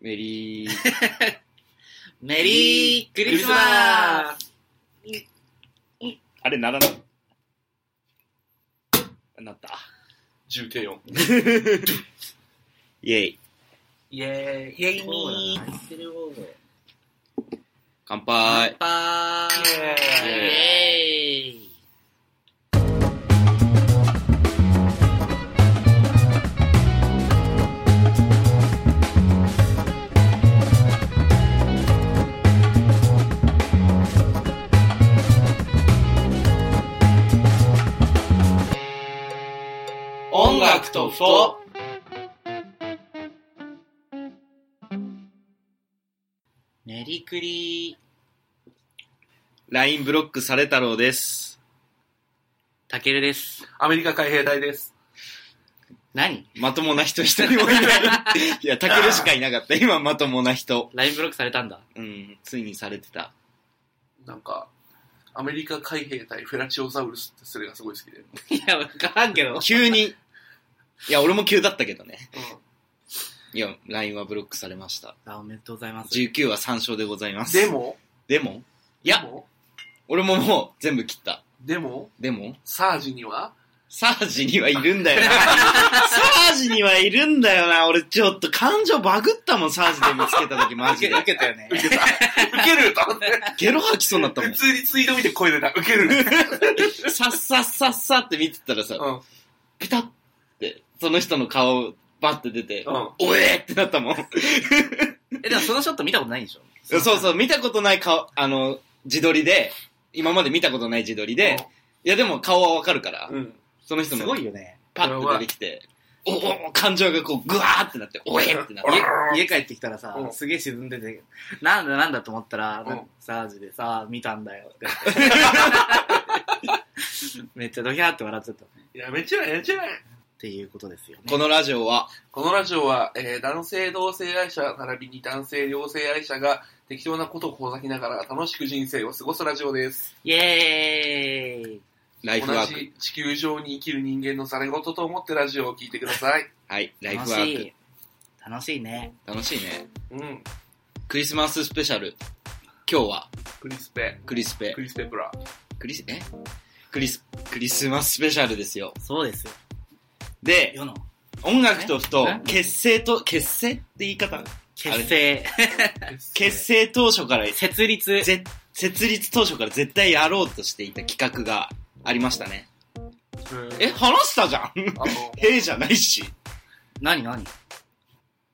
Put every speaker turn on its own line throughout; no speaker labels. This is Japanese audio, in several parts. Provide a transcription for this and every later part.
メリー。
メリークリスマス
あれ、ならな。なった。
重低音。
イェイ。
イェーイイェイ
そう
ミ
だなってる方が
乾
ー
杯。
バ
イ
ーイ
ェーイ
イェーイ
音楽とフォ
メリクリ
LINE ブロックされ太郎です。
たけるです
アメリカ海兵隊です。
何
まともな人一人もい ない。いや、タケルしかいなかった。今、まともな人。
ラインブロックされたんだ
うん、ついにされてた。
なんか、アメリカ海兵隊フェラチオサウルスってそれがすごい好きで。
いやわからんけど
急に。いや、俺も急だったけどね。
う
いや、LINE はブロックされました。
あおめでとうございます
19は参照でございま
ん
す。
でも、
でもいや
で、も、
俺ももう全部切った。
でも、
でも
サージには、
サージにはいるんだ よな。サージにはいるんだよな。俺ちょっと感情バグったもん、サージで見つけた時マ ジで。
けたよね
ウケた。ウケると思 って。
ゲロ吐きそうになったも
普
ん。
通にツイート見て声出た。ウケる。
さっさっさっさって見てたらさ、
うん。
ピタって、その人の顔バッて出て、
うん。
おえってなったもん。
えでもそのショット見たことないでしょ
そうそう、見たことない顔、あの、自撮りで、今まで見たことない自撮りで、いやでも顔はわかるから、
うん、
その人の
よね
パッて出てきて、おお感情がこう、ぐわーってなって、おえってなっ
う
て。
ん
家家帰ってきたらさ
うん
すげえ沈んでてなんだなんだと思ったら
ん
なんかサージでさ見たんだ よってめっちゃドヒャーって笑っちゃったね
やめちゃえ、やめちゃえ。
っていうことですよね
このラジオは、
このラジオは、えー男性同性愛者並びに男性両性愛者が適当なことをほざきながら楽しく人生を過ごすラジオです。
イエーイ
ライ
同
フワーク。
じ地球上に生きる人間のざれ事と思ってラジオを聞いてください。
はい、ライ
楽
フ
し
ワーク。
い楽しいね
楽しいね。
うん。
クリスマススペシャル。今日は、
クリスペ。
クリスペ
ク。リスペプラ。
クリス、えクリス、クリスマススペシャルですよ。
そうですよ
で、
世の
音楽とふと
え、
結成と、結成って言い方
結成
結成当初から、
設立
ぜ設立当初から絶対やろうとしていた企画がありましたね。え、話したじゃん
あの、
へえじゃないし。
何 何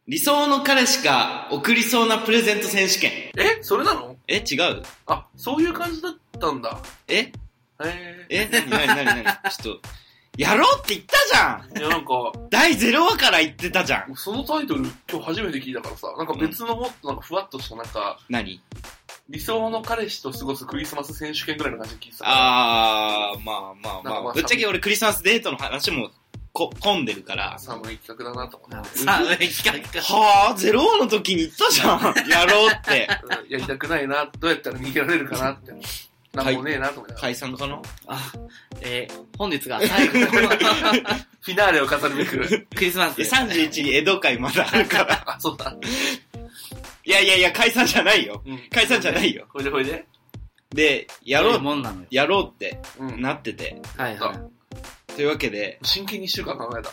理想の彼氏が贈りそうなプレゼント選手権。
え、それなの
え、違う
あ、そういう感じだったんだ。
え
へ
え、なになになになにちょっと、やろうって言ったじゃん
え。いや、なんか、
第0話から言ってたじゃん。
そのタイトル今日初めて聞いたからさ、なんか別のもっとなんかふわっとしたなんか、
何
理想の彼氏と過ごすクリスマス選手権ぐらいの感じで聞いてたから。
あー、まあまあ
な
ま
んかま
あ。
あ
ぶっちゃけ俺クリスマスデートの話もこ混んでるから。
寒い企画だなと思って。
寒い企画か
はぁ、ゼロ話の時に言ったじゃん。やろうって。
うんやりたくないな、どうやったら逃げられるかなって。なんもねえなと思って、
解散かな
あえー本日が最後の
フィナーレを飾るべく。
クリスマス
で、31に江戸会まだあるから。
あ、そうだ。
いやいやいや、解散じゃないよ。
うん。
解散じゃないよ。
ほいでほいで。
で、や
や
ろ
ろ
う
う、もんなのよ
やろうって
うん。
なってて。
はいはい
というわけで、
真剣に一週間考えた。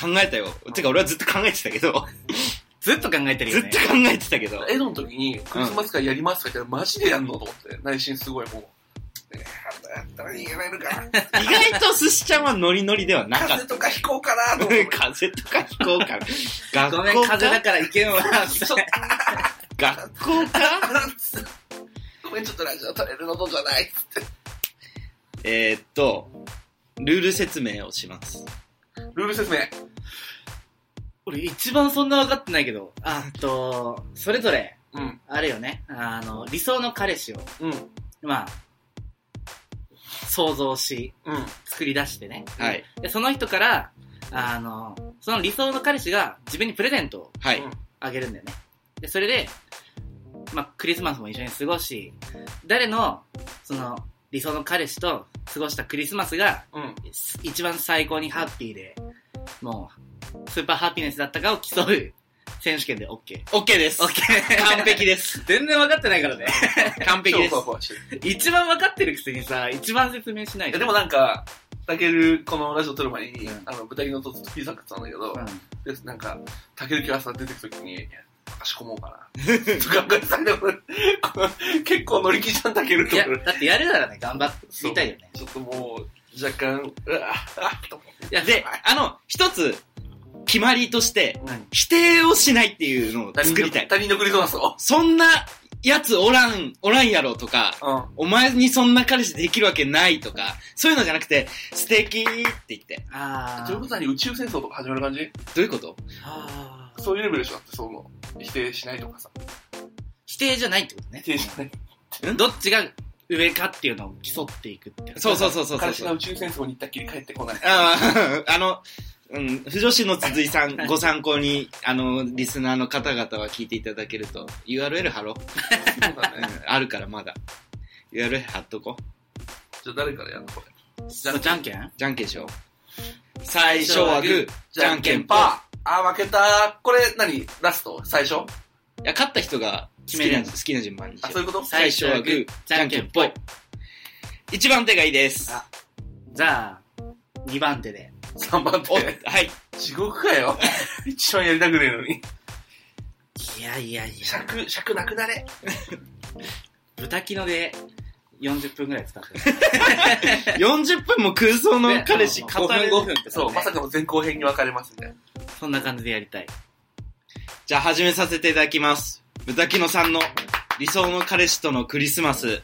考えたよ。てか俺はずっと考えてたけど、
ずっと考えてる
ず
よ
っ
ね
と考えてたけど。
エドの時に、クリスマス会やりますかって言ったら、マジでやんのと思って、内心すごいもう、えー、どうやったら逃げられるか、
意外と寿司ちゃんはノリノリではなかっ
風とか引こうかな と思って、
風とか飛行か。学
ごめん
校か
風だから意見を
学校か
ごめん、ちょっとラジオ撮れるのとじゃない。
えーっと、ルール説明をします。
ルール説明。
俺一番そんな分かってないけどあえっとそれぞれ
うん、
あれよねあの理想の彼氏を
うん、
まあ想像し
うん、
作り出してね
はい。
でその人からあのその理想の彼氏が自分にプレゼントを
はい。
あげるんだよね。で、それで、まあ、クリスマスも一緒に過ごし、誰の、その、理想の彼氏と過ごしたクリスマスが、
うん。
す一番最高にハッピーで、もう、スーパーハッピネスだったかを競う選手権で OK。
OK です。
OK。
完璧です。
全然分かってない からね。
完璧です
超。ふわふわしてる
一番分かってるくせにさ、一番説明しないい
や
で。
でもなんか、たける、このラジオ撮る前に、
うん
あの、豚肉のトッツピザ食ってたんだけど
う、ん、
で、なんか、たける今日朝出てくときに、足こもうかな。と考えてたんだけど 俺結構乗り気じゃん、たける
い
と
や
思う、
だってやるならね、頑張って
そう
みたいよね。
ちょっともう、若干、うわあっと思って
いや、
で、あの、一つ、決まりとして、
何
否定をしないっていうのを
他人
作
の
りたい。
他人のクリスマスを。
そんなやつおらん、おらんやろとか、
うん。
お前にそんな彼氏できるわけないとか、そういうのじゃなくて、素敵って言って。
あ
というこ
ー
とは何宇宙戦争とか始まる感じ
どういうこと
あー。
そういうレベルでしょだって、その、否定しないとかさ。
否定じゃないってことね
否。定しない。
どっちが上かっていうのを競っていくって。
そうそうそうそうそう
彼氏が宇宙戦争に行ったっきり帰ってこない。
あ あ、あの、うん、不女子の鈴井さん、ご参考に、あの、リスナーの方々は聞いていただけると、URL 貼ろう。
そうだ
う
ね。
ん、あるからまだ。URL 貼っとこう。
じゃあ誰からやるのこれ。
じゃじゃんけん
じゃんけんしよう。最初はグー、じゃんけんぽん。
あー、負けたー。これ何、ラスト最初
いや、勝った人が好
決め
き
る
な、
や
好
つ
きな順番にし
あ、
よ
そういうこと
最初はグー、じゃんけんぽん。一番手がいいです。
あじゃあ、2番手で。
?3 番
お、は
手。
い。
地獄かよ。一番やりたくねえのに。
いやいやいや、
尺、尺なくなれ。
豚キノで40分ぐらい使ってる。
40分も空想の彼氏
ね
語れる。
5分5分って
そう、まさかの前後編に分かれますみたいな。
そんな感じでやりたい。
じゃあ始めさせていただきます。ブタキノさんの理想の彼氏とのクリスマス。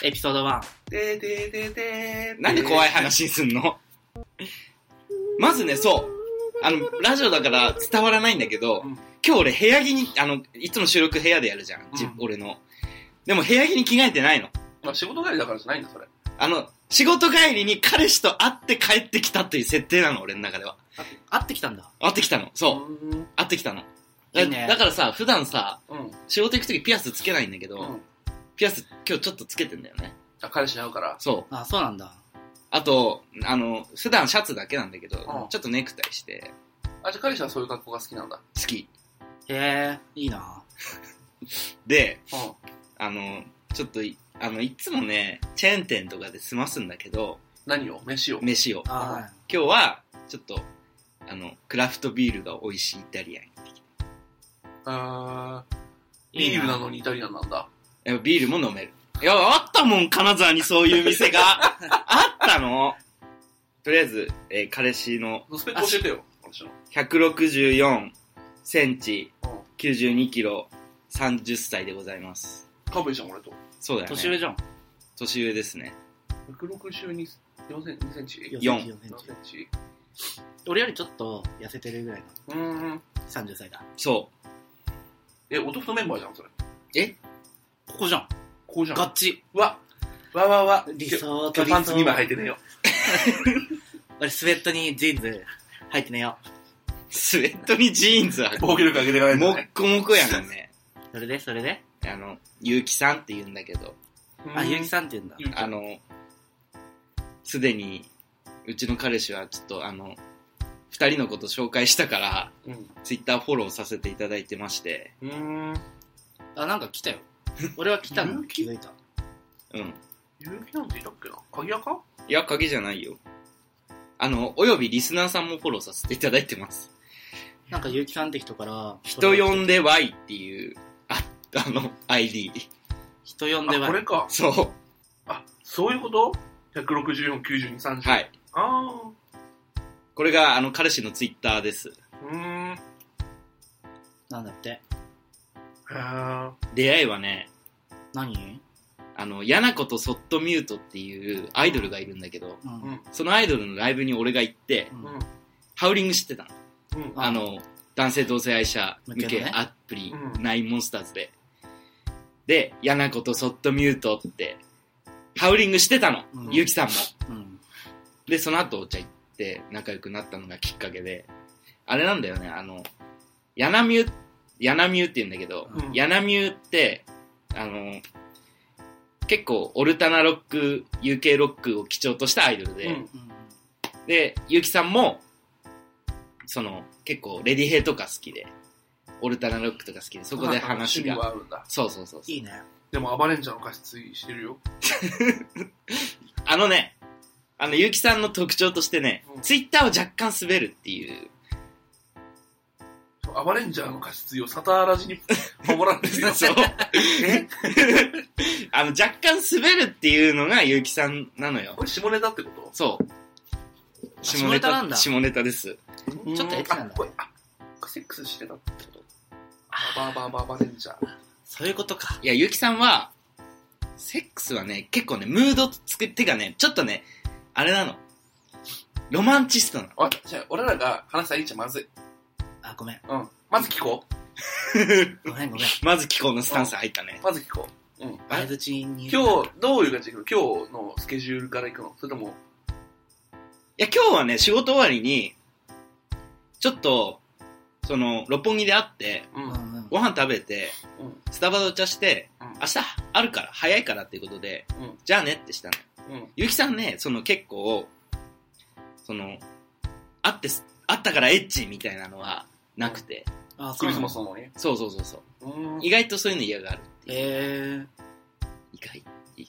エピソード1。
でーでーでーでー
なんで怖い話にすんのまずね、そう。あの、ラジオだから伝わらないんだけど、
うん
今日俺部屋着に、あの、いつも収録部屋でやるじゃん。じ
うん
俺の。でも部屋着に着替えてないの。
まあ 仕事帰りだからじゃないんだ、それ。
あの、仕事帰りに彼氏と会って帰ってきたという設定なの、俺の中では。
会ってきたんだ。
会ってきたの。そう。
うん。
会ってきたの。
いいね
だからさ、普段さ、
うん。
仕事行くときピアスつけないんだけど、
うん。
ピアス今日ちょっとつけてんだよね。
あ、彼氏に会うから。
そう。
あ、そうなんだ。
あと、あの、普段シャツだけなんだけど、
うん
ちょっとネクタイして、
あ、じゃあ彼氏はそういう格好が好きなんだ。
好き。
へえ、いいな。
で、
うん。
あの、ちょっとい、あの、いつもね、チェーン店とかで済ますんだけど、
何を飯を。
飯を。
あはい
今日は、ちょっと、あの、クラフトビールが美味しいイタリアン。
あー。
いい
ビールな
な。
のにイタリアンなんだ。
えビールも飲める。いや、あったもん、金沢にそういう店 が。あったのとりあえず、えー彼氏の
スペック教えてよ、私の。
164センチ、
うん。
92キロ、30歳でございます。
カブイじゃん、俺と。
そうだよね。
年上じゃん。
年上ですね。
162、4セン2センチ
四
4
4センチ
俺よりちょっと痩せてるぐらいの
うーん。
30歳だ。
そ
え、男のメンバーじゃん、それ。
ここじゃん。
こうじゃん。
ガッチ。
うわわわわ。
理想と理
今日
想
パンツ2枚履いてねえよ。
俺スウェットにジーンズ入ってねえよ。
う。スウェットにジーンズは、
防御力上げていかない
も
と
っ
ね。
こもこやもんね。
それで、それで。
あの、ゆうきさんって言うんだけど、
あ、ゆうき
ん。
さんって言うんだ。
ゆうきさ
あ
ん。
の、すでに、うちの彼氏はちょっとあの、二人のこと紹介したから、
うん。
ツイッターフォローさせていただいてまして、
うーん。
あ、なんか来 たよ。俺は来たの
勇気
気づいた。
うん。
ゆうきなんていたっけな鍵垢
いや、鍵じゃないよ。あの、およびリスナーさんもフォローさせていただいてます。
なんかゆうきさんって人から、
人呼んで Y っていう、あ、あの、ID。
人呼んで
あ、こ
は
れか。
そ
あ、そういうこと ?164、92、30。
う。はい。
あ
これが、あの、彼氏のツイッターです。
ー。うーん。へ
なんだって。
ー。
出会いはね、
何
あの、嫌なことそっとミュートっていうアイドルがいるんだけど、
う。
うんん。
そのアイドルのライブに俺が行って、
うん
うん。
ハウリング知ってたの。
うん。
あ
あの、男性同性愛者向
向け
け
のね
アプリ、
うん
ナインモンスターズで。で、嫌なことそっとミュートって、ハウリングしてたの
うん。
ゆうきさんも。
うん。
で、その後お茶行って仲良くなったのがきっかけで、あれなんだよね、あの、ヤナミュ、ヤナミュって言うんだけど、
うん
ヤナミュって、あの、結構オルタナロック、UK ロックを基調としたアイドルで、
うん。
うん
で、ゆうきさんも、その、結構、レディヘイとか好きで、オルタナロックとか好きで、そこで話
趣味は
が。
あるんだ。
そうそうそうそう。
いいね。
でも、暴れんちゃんの加湿してるよ。
あのね、あの、ゆうきさんの特徴としてね、
うん
ツイッターを若干滑るっていう。
暴れんちゃんの加湿をサターラジに守られてるよ。
そう。
え
あの、若干滑るっていうのがゆうきさんなのよ。
これ下ネタってこと
そう。
下ネタなんだ
下ネタです。
ちょっとエッチなんだ
あこれあ、セックスしてたってことバーバーバーバーレンジャー。
そういうことか。
いや、ゆうきさんは、セックスはね、結構ね、ムード作ってかね、ちょっとね、あれなの。ロマンチストなの。
あ、じゃあ俺らが話したらいいじゃん、まずい。
あ、ごめん。
うん。まず聞こう。
ごめん、ごめん。
まず気候のスタンス入ったね。
まず聞こう。うん。
相づちに。
今日、どういう感じで行くの今日のスケジュールから行くのそれとも、
いや、今日はね、仕事終わりに、ちょっと、その、六本木で会って、
う
う。
んん
う。
うんんうん。
ご飯食べて、スタバでお茶して、
うん
明日あるから、早いからっていうことで、
うん
じゃあねってしたの。
うん。
ゆきさんね、その結構、その、会ってす、会ったからエッチみたいなのはなくて、
あ、そ
ク
うな
リ
の
スマスなのに。
そうそうそうそう。
うん。
意外とそういうの嫌がるっていう。
え
意外。意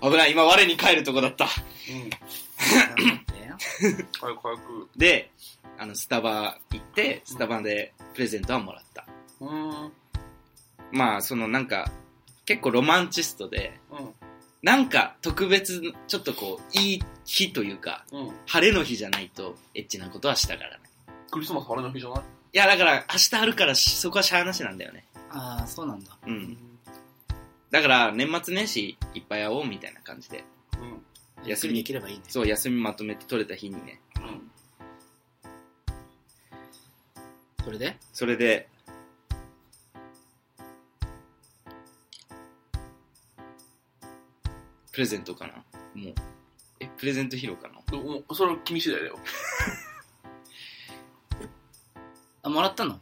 外危ない、今我に帰るとこだった。
ー。ちょっと待って
早く早く。
で、あの、スタバ行って、スタバでプレゼントはもらった。
うん。うん。
まあ、そのなんか、結構ロマンチストで、なんか特別、ちょっとこう、いい日というか、
うん。
晴れの日じゃないとエッチなことはしたからね。
クリスマス晴れの日じゃない
いや、だから明日あるからしそこはしゃあなしなんだよね。
あー、そうなんだ。
う。。
うん
だから、年末年始いっぱい会おうみたいな感じで。
うん。
休みできればいいね。
そう、休みまとめて取れた日にね。
うん。
それで
それで、プレゼントかなもう。え、プレゼント披露かな
でもそれは君次第だよ。
あ、もらったの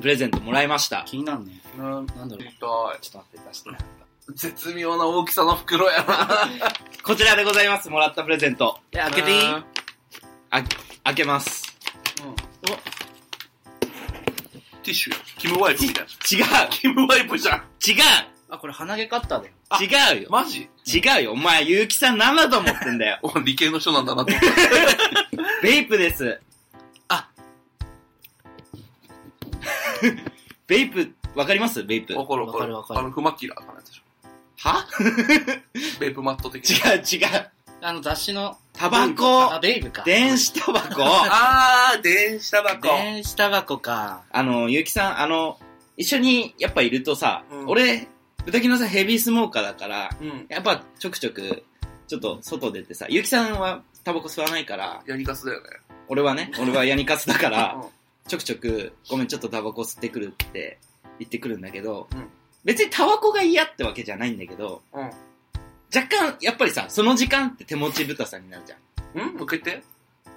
プレゼントもらいました。
気になんね。
うん。
なんだろう
み。た
ち
い。
ょっと待って、出してなかっ
絶妙な大きさの袋 やな。
た。こちらでございます。もらったプレゼント。
え、開けていい
うん。
あ、開けます。
ティッシュや。キムワイプみたいな。
違う
キムワイプじゃん。
違
あ、これ鼻毛カッターだよ。
う違うよ
マジ
違うよお前、結城さん何だと思ってんだ よ
お理系の人なんだな と思っ
ベイプです。
あ
ベイプ、わかりますベイプ。
た。
は
わかる
わ
わかる。
かるわかる
あの、フマキラーかなやつでしょ。ベープマット的
違
な。
う違う。
あの雑誌の。
タバコ
あ、ベイブか。
電子タバコ。
あー、電子タバコ。
電子タバコか。
あの、結城さん、あの、一緒にやっぱいるとさ、
うん
俺、豚キノさんヘビースモーカーだから、
うん。
やっぱちょくちょく、ちょっと外出てさ、結城さんはタバコ吸わないから、
やりかすだよね。
俺はね、俺はヤニカツだから、
うん
ちょくちょく、ごめん、ちょっとタバコ吸ってくるって言ってくるんだけど、
うん
別にタバコが嫌ってわけじゃないんだけど、
うん。
若干、やっぱりさ、その時間って手持ち豚さんになるじゃん。
うんもう一回言って。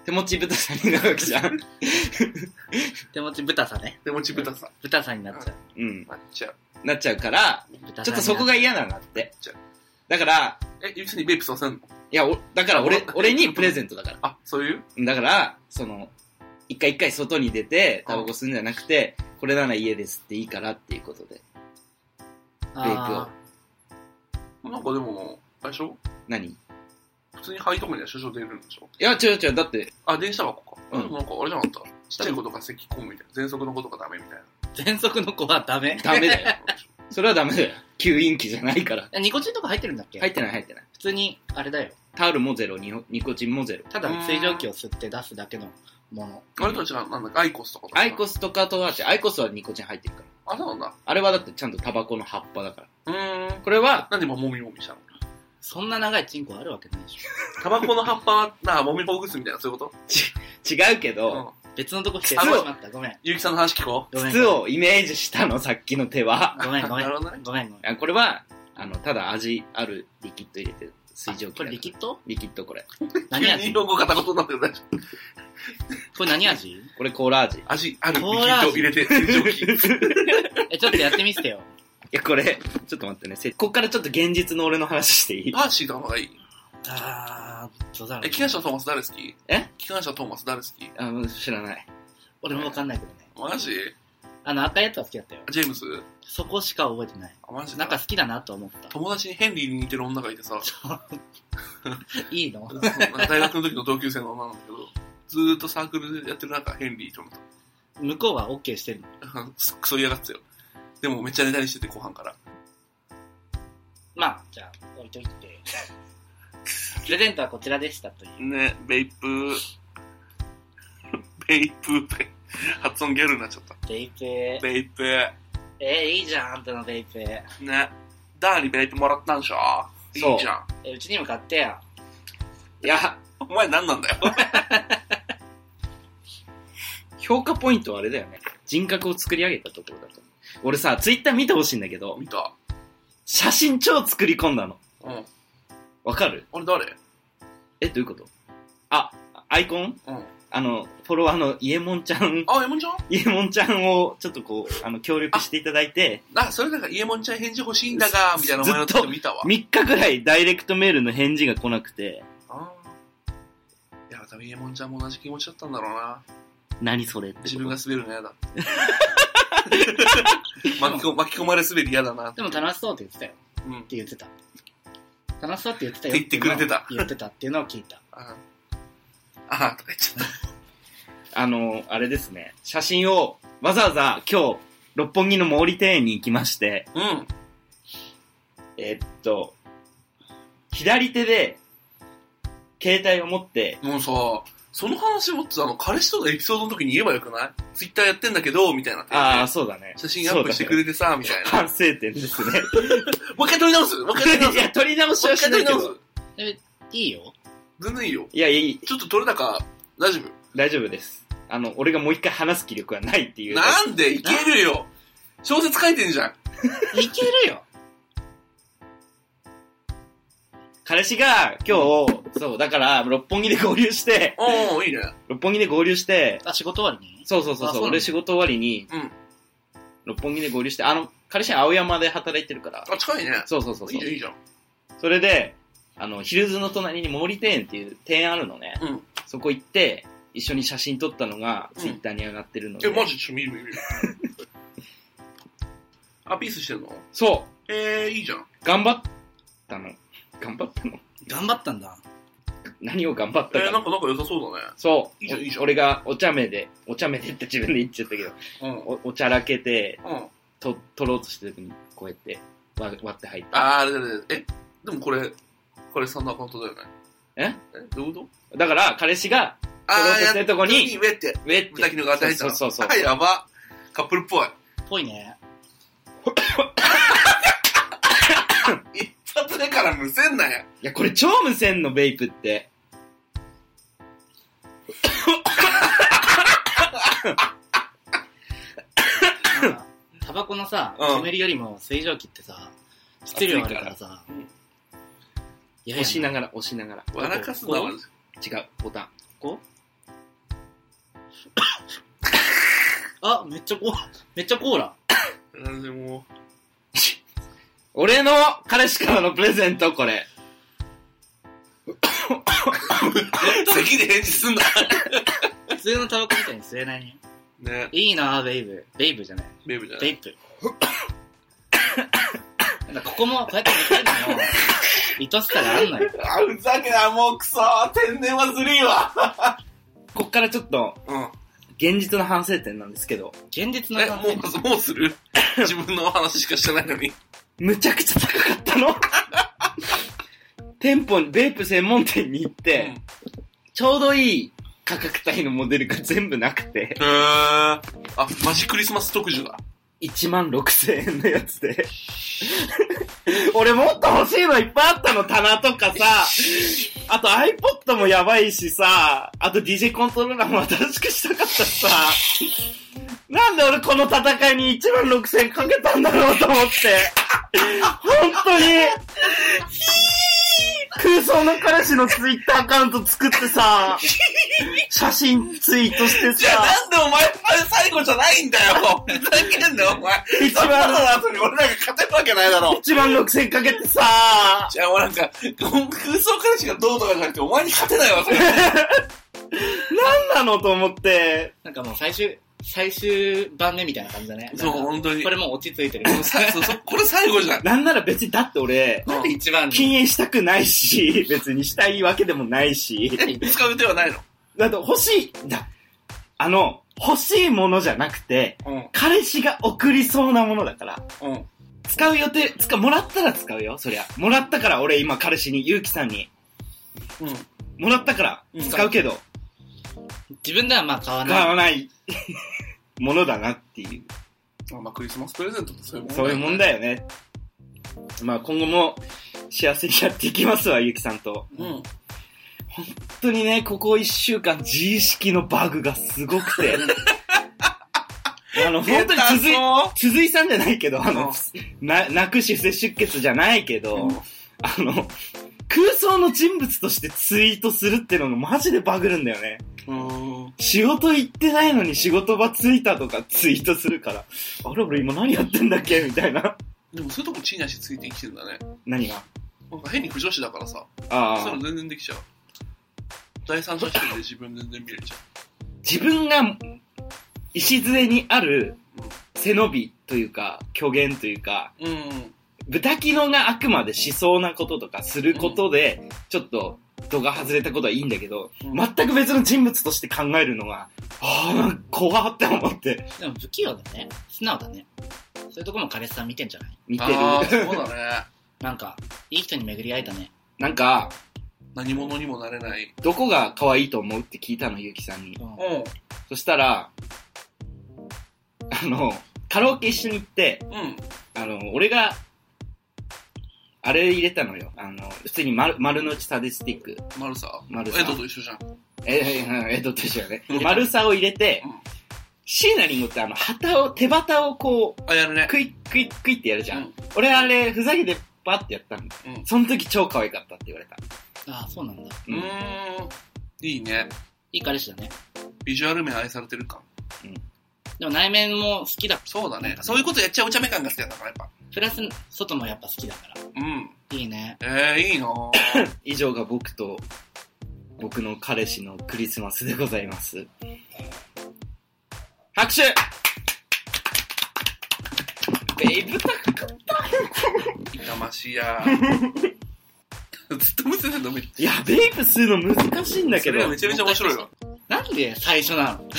手持ち豚さんになるわけじゃん。
手持ち豚さね。
手持ち豚さん。
豚さになっちゃう。
うん。
なっちゃう。
なっちゃうから、ち
豚さ
ょっ
にな
とそこが嫌なんだって
じゃ。
だから、
え、ゆうきさんにベープさせんの
いや、おだから俺
あ、
俺にプレゼントだから。
あ、そういう
だから、その、一回一回外に出て、タバコ吸うんじゃなくて、これなら家ですっていいからっていうことで。
あ
なんかでも、あれでしょ
何い
普通に灰とかには少々出るんでしょ
や、違う違う、だって、
あ、電子タバコか。
うん
でもなんかあれじゃなかったちっちゃい子とか咳込むみたいな。喘息の子とかダメみたいな。
ー喘息の子はダメ。
ダメだ よ。それはダメだよ。吸引器じゃないから。
えニコチンとか入ってるんだっけ
入ってない入ってない。
普通に、あれだよ。
タオルもゼロ、ニホニコチンもゼロ。
ただ水蒸気を吸って出すだけのもの。
俺とは違う、なんだっけアイコスとか
アイコ
ス。
スとかとは違う。アイコスはニコチン入ってるから。
あ、そうなんだ。
あれはだってちゃんとタバコの葉っぱだから。
うーん。
これは、
なんで今もみもみしたの
そんな長いチンコあるわけないでしょ。
タバコの葉っぱは、なあ、もみほぐすみたいな、そういうこ
違うけ
と
ど、
ん。
別のとこ否定してしまった。ごめん。
ゆうきさんの話聞こ
ごめん。
筒をイメージしたの、さっきの手は。
ごめん、ごめん。
なる
ご
ほど
め
ね
ん、ごめん。
あこれは、あの、ただ味あるリキッド入れてる水蒸気だ
こ
から。
れリキ
ッ
ッド
リキッドこれ。
う。
何
急に
味
日
こ
本語片言になってるね。
れ何味
これコーラ味。い
味ある
コーラ味
リキッド入れて、洗浄 機。
え、ちょっとやってみせてよ。
や、これ、ちょっと待ってね。せこっからちょっと現実の俺の話していい
パーシーとかの方がいい。
あー、そうだろう
え、
ね
機関車トーマス誰好き
え
機関車トーマス誰好き
あもう知らない。
俺もわかんないけどね。
マジ
あの、赤いやつは好きだったよ。
ジェームス
そこしか覚えてない。
あ、マジ
なんか
か、
好きだなと思った。
友達にヘンリーに似てる女がいてさ、
いいの
そう大学の時の同級生の女なんだけど、ずーっとサークルでやってるなんかヘンリーと思っ
向こうは OK してるの。
た。 クソ嫌がってたよ。でもめっちゃネタにしてて後半から。
まあ、じゃあ、置いといて。プレゼントはこちらでしたという。
ね、ベイプー。 ベイプーって発音ギャルになっちゃった。
ベイペー。
ベイプー。
えー、いいじゃん、あんたのベイペー。
ね。ダーにベイプもらったんでしょ
そう
いいじゃん。
えーうちにも買ってよ。
いや、
お前何なんだよ。
評価ポイントはあれだよね。人格を作り上げたところだと思う。俺さ、ツイッター見てほしいんだけど、
見た。
写真超作り込んだの。
うん。
わかる
あれ誰
え、どういうことあ、アイコン
うん。
あの、フォロワーのイエモンちゃん、
あ、エモンちゃん
イエモンちゃんをちょっとこう、あの、協力していただいて、
あ、それなんか、イエモンちゃん返事欲しいんだが、みたいなお前の
ず
ツ
っ
イ
と
ート見たわ。
3日ぐらいダイレクトメールの返事が来なくて、
あーいや、多分イエモンちゃんも同じ気持ちだったんだろうな。
何それってこと
自分が滑るの 嫌だって。巻き込巻き込まれ滑り嫌だなって。
でも楽しそうって言ってたよ。
うん
っ。て言ってた。楽しそうって言ってたよ。
って言ってくれてた
言ってたっていうのを聞いた。
ああー、とか言っちゃっ
あの、あれですね、写真をわざわざ今日、六本木の毛利庭園に行きまして、
た。うん。
えっと、左手で、携帯を持って、
もうさ、その話もってあの、彼氏とのエピソードの時に言えばよくないツイッターやってんだけど、みたいな。
ああ、そうだね。
写真アップしてく
る。
れてさ、みたいな。
反省点ですね。
もう一回撮り直すもう一回撮り 直
い
す
や、撮り直し
もう
は
一
し
回撮
ない
り
け
直
ど。
す
え、いいよ
全然いいよ。
いや、いい、
ちょっと撮れ高、大丈夫
大丈夫です。あの、俺がもう一回話す気力はないっていう。
なんでいけるよ小説書いてんじゃん。
いけるよ
彼氏が今日、そう、だから、六本木で合流して、
おー、いいね。
六本木で合流して、
あ、仕事終わりに
そうそうそう
あ
そ
そ
うう、
なんだ
俺仕事終わりに、
うん
六本木で合流して、あの、彼氏は青山で働いてるから、
あ、近いね。
そうそうそう
いい
そ
じゃん、
う。
いいじゃん。
それで、あの、ヒルズの隣に毛利庭園っていう庭園あるのね。
うん
そこ行って、一緒に写真撮ったのが、ツイッターに上がってるので。
え、マジちょっと見る見る見 る。あ、ピースしてんの
そ
えー、いいじゃん。
う、頑張ったの。頑張ったの
頑張ったんだ。
何を頑張っ
え
たか。
ー、なんか仲良さそうだね。
そう
いいじゃんいいじゃん
お俺がお茶目で、お茶目でって自分で言っちゃったけど、
うん。
おおちゃらけて、
うん。
と、取ろうとした時に、こうやって、わ割って入った。
あー、あれだね。え、でもこれ、これそんなアカウントだよね。
え
え、どういうこと
だから、彼氏が、
あ
ロー
ー、
ド
や
してるとこに
っ上って、
上って。
紫のが与えた
そう
の。
そうそう
あ、。やば。カップルっぽい。
ぽいね。
一発目からむせんなや。
いや、これ超無線のベイプって。
なんかタバコのさ、
うん
煙よりも水蒸気ってさ、質量あるからさ
うん、
いや
押しな
が
がら、押しながら。
笑かすな、
こ
マ
う
ジで
違う、ボタン。
こうあ、めっちゃコーラ、めっちゃコーラ。
なんでもう。
俺の彼氏からのプレゼント、これ。
咳で返事すんな。
普通のタバコみたいに吸えないね。
ね、
いいなベイブ。ベイブじゃない。
ベイブじゃな
ベ
い。
イプ。なんかここもこうやって見てるのも、愛しさがあんのよ。
あ、ふざけな、もうくそ天然はずるいわ。
こっからちょっと、
うん。
現実の反省点なんですけど、
現実の
え、
感
もう、もうす る自分の話しかしてないのに。
むちゃくちゃ高かった の店舗に、ベイプ専門店に行って、
うん
ちょうどいい価格帯のモデルが全部なくて、
へー。あ、マジクリスマス特需だ。
1万6千円のやつで。 俺もっと欲しいのいっぱいあったの、棚とかさ。あと iPod もやばいしさ。あと DJ コントローラーも新しくしたかったしさ。なんで俺この戦いに1万6千円かけたんだろうと思って。本当に。空想の彼氏のツイッターアカウント作ってさ、写真ツイートしてさ。
んでお前、最後じゃないないんだよふざけんなよ、お前。
一
そんなの
番、
後に俺なんか勝てるわけないだろ。
一番の苦戦かけてさ、
じゃあ、もうなんか、空想彼氏がどうとかじゃなくて、お前に勝てないわ、 それ。
何なのと思って、
なんかもう最終、最終番目みたいな感じだね。
そう、
なんか
本当に。
こ
こ
れ
れ、
もう落ち着いてる。
さそうそうこれ最後じゃん。
なんなら別に、だって俺、
なんで一番に
禁煙したくないし、別にしたいわけでもないし、
使う手はないの。
だって欲しい、だ、あの、欲しいものじゃなくて、
うん、
彼氏が送りそうなものだから、
うん。
使う予定、つか、もらったら使うよ、そりゃ。もらったから俺今彼氏に、ゆうきさんに、
うん。
もらったから
うん
使うけど、
自分ではまあ買わ
買
ない。
わないものだなっていう、
まあまあ、クリスマスプレゼントってそういうもんだ
そういうもんだよね。まあ今後も幸せにやっていきますわ、ゆうきさんと。
うん。
本当にね、ここ一週間、自意識のバグがすごくて。あの、本当に
出
続い
た、ぞ
続いさんじゃないけど、あ
う
の
ん、
な、泣くし不正出血じゃないけど、
うん
あの、空想の人物としてツイートするってのがマジでバグるんだよね。
うん。
仕事行ってないのに仕事場着いたとかツイートするから、あれ俺今何やってんだっけみたいな。
でも、そういうとこ地に足ついて生きてるんだね。
何が
なんか変に不女子だからさ、そうい
あ
う
あ。
の全然できちゃう。第三者視点で自分全然見れちゃ
自分が礎にある背伸びというか、虚言というか、
う。うん。
豚キノがあくまでしそうなこととかすることで、ちょっと度が外れたことはいいんだけど、
うん
全く別の人物として考えるのが、ああ、なんか怖って思って、
でも不器用だね。素直だね。そういうとこも彼氏さん見てんじゃない
見て
ああ、そ
る。
うだね。
なんか、いい人に巡り会えたね。
なんか、
何者にもなれない。
どこが可愛いと思うって聞いたの、ゆうきさんに
う。ん。
う
そしたら、あの、カラオケ一緒に行って、
ん。うん。
あの、俺が、あれ入れたのよ。あの、普通に丸、丸の内サディスティック。
マルサ。
マルサ
エドと一緒じゃん。
え、え、え、えどっちだよね
入れ。た
丸さを入れて
うん、
シーナリンゴってあの、旗を、手旗をこう、
あ、やるね。
クイックイックイってやるじゃん。
うん
俺あれ、ふざけてパッてやったの。
うん
その時超可愛かったって言われた。
ああ、そうなんだ。
うーん。いいね。
いい彼氏だね。
ビジュアル面愛されてる感。
でも内面も好きだ。
そうだね。そういうことやっちゃうお茶目感が好きなんだから、やっぱ。
プラス、外もやっぱ好きだから。
うん。
いいね。
ええいいな ぁ
以上が僕と、僕の彼氏のクリスマスでございます。拍手ベイブタ
痛ましい やずっと無線で飲める。
いや、ベイブするの難しいんだけ
そ
ど
れが。めちゃめちゃ面白いわ。
なんで最初なの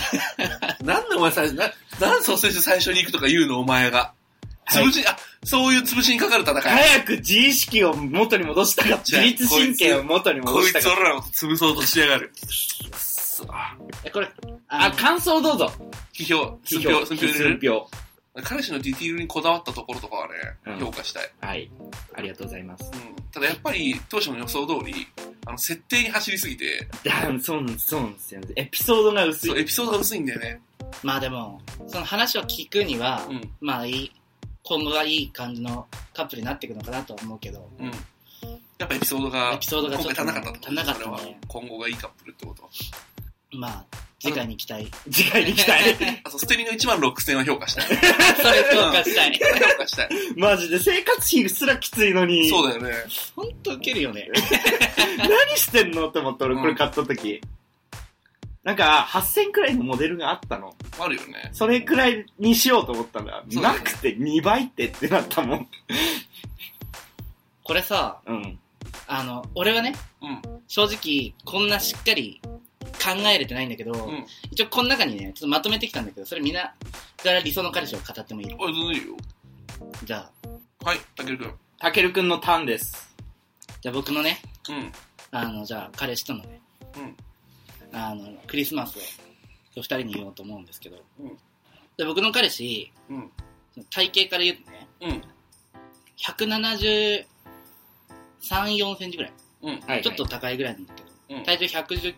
なんでお前最初、な、なんでソーセージ最初に行くとか言うのお前が。
はい
潰し、あ、そういう潰しにかかる戦い。
早く自意識を元に戻したかった。自律神経を元に
こ
戻
い
した
つ
かった。
俺らのこと潰そうとしやがる。
え、これ、あ
あ、
の
感想どうぞ。
批評、寸評、寸評入れ
寸
る
評。
彼氏のディティールにこだわったところとかはね、
うん
評価したい。
はい。ありがとうございます。
うん。ただやっぱり、当初の予想通り、あの、設定に走りすぎて、
だそうなんそうなんですよね。エピソードが薄
そう、
い。
エピソードが薄いんだよね。
まあでも、その話を聞くには、
うん。
まあいい、今後はいい感じのカップルになっていくのかなとは思うけど、
うん。やっぱエピソードが
エピ、ソードが
今
ちょっと、
回足んなかったって
足んなかっ
それ
た
は
ね。
今後がいいカップルってこと。
まあ、次回に期待。
次回に行きたい。
あと、捨て身の1万6000は評価したい。
それ評価したい。
評価したい。
マジで生活費すらきついのに。
そうだよね。
ほんとウケるよね。
何してんのって思った俺これ買った時。なんか、8000くらいのモデルがあったの。
あるよね。
それくらいにしようと思ったんだ。
そうだ
な
ね
くて2倍ってってなったもん。
これさ、
うん。
あの、俺はね、
うん。
正直、こんなしっかり考えれてないんだけど、
うん。
一応この中にね、ちょっとまとめてきたんだけど、それみんなから理想の彼氏を語ってもいい
あ、全然いいよ。
じゃあ、
はい、たけるくん。
たけるくんのターンです。
じゃあ僕のね、
うん。
あの、じゃあ彼氏とのね、
うん
あの、クリスマスを二人に言おうと思うんですけど、
うん
で僕の彼氏、
うん
体型から言うとね、
うん。
173、4センチぐらい。
うん。
はい、
ちょっと。高いぐらいなんだけど、
うん。
体重110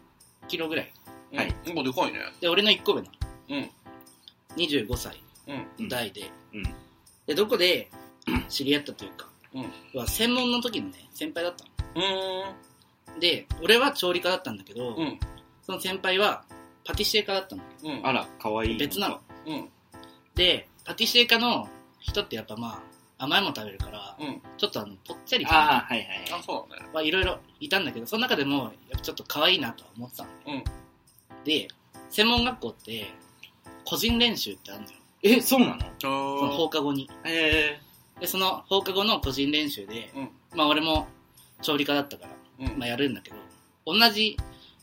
キロぐらい。
うん
はい。
なんかでかいね。
で、俺の1個上の
うん。
25歳
うん。
代で、
うん
で、どこで 知り合ったというか、
うん
は専門の時のね、先輩だった
うーん。
の。で、俺は調理科だったんだけど、
うん。
その先輩はパティシエ科だったの。
うん。
あら、かわいい。
別なの。
うん。
で、パティシエ科の人ってやっぱまあ、甘いもの食べるから、
うん
ちょっとあの、ぽっちゃりと
ああ、はいはいは
あ
い。
そうだね
はいろいろいたんだけど、その中でも、やっぱちょっと可愛いなとは思ってたの。
うん
で、専門学校って、個人練習ってあるのよ。
え、そうなの
その放
あ
課後に。
え
で、その放課後の個人練習で、
うん
まあ俺も調理科だったから、
ーうん
まあやるんだけど、同じ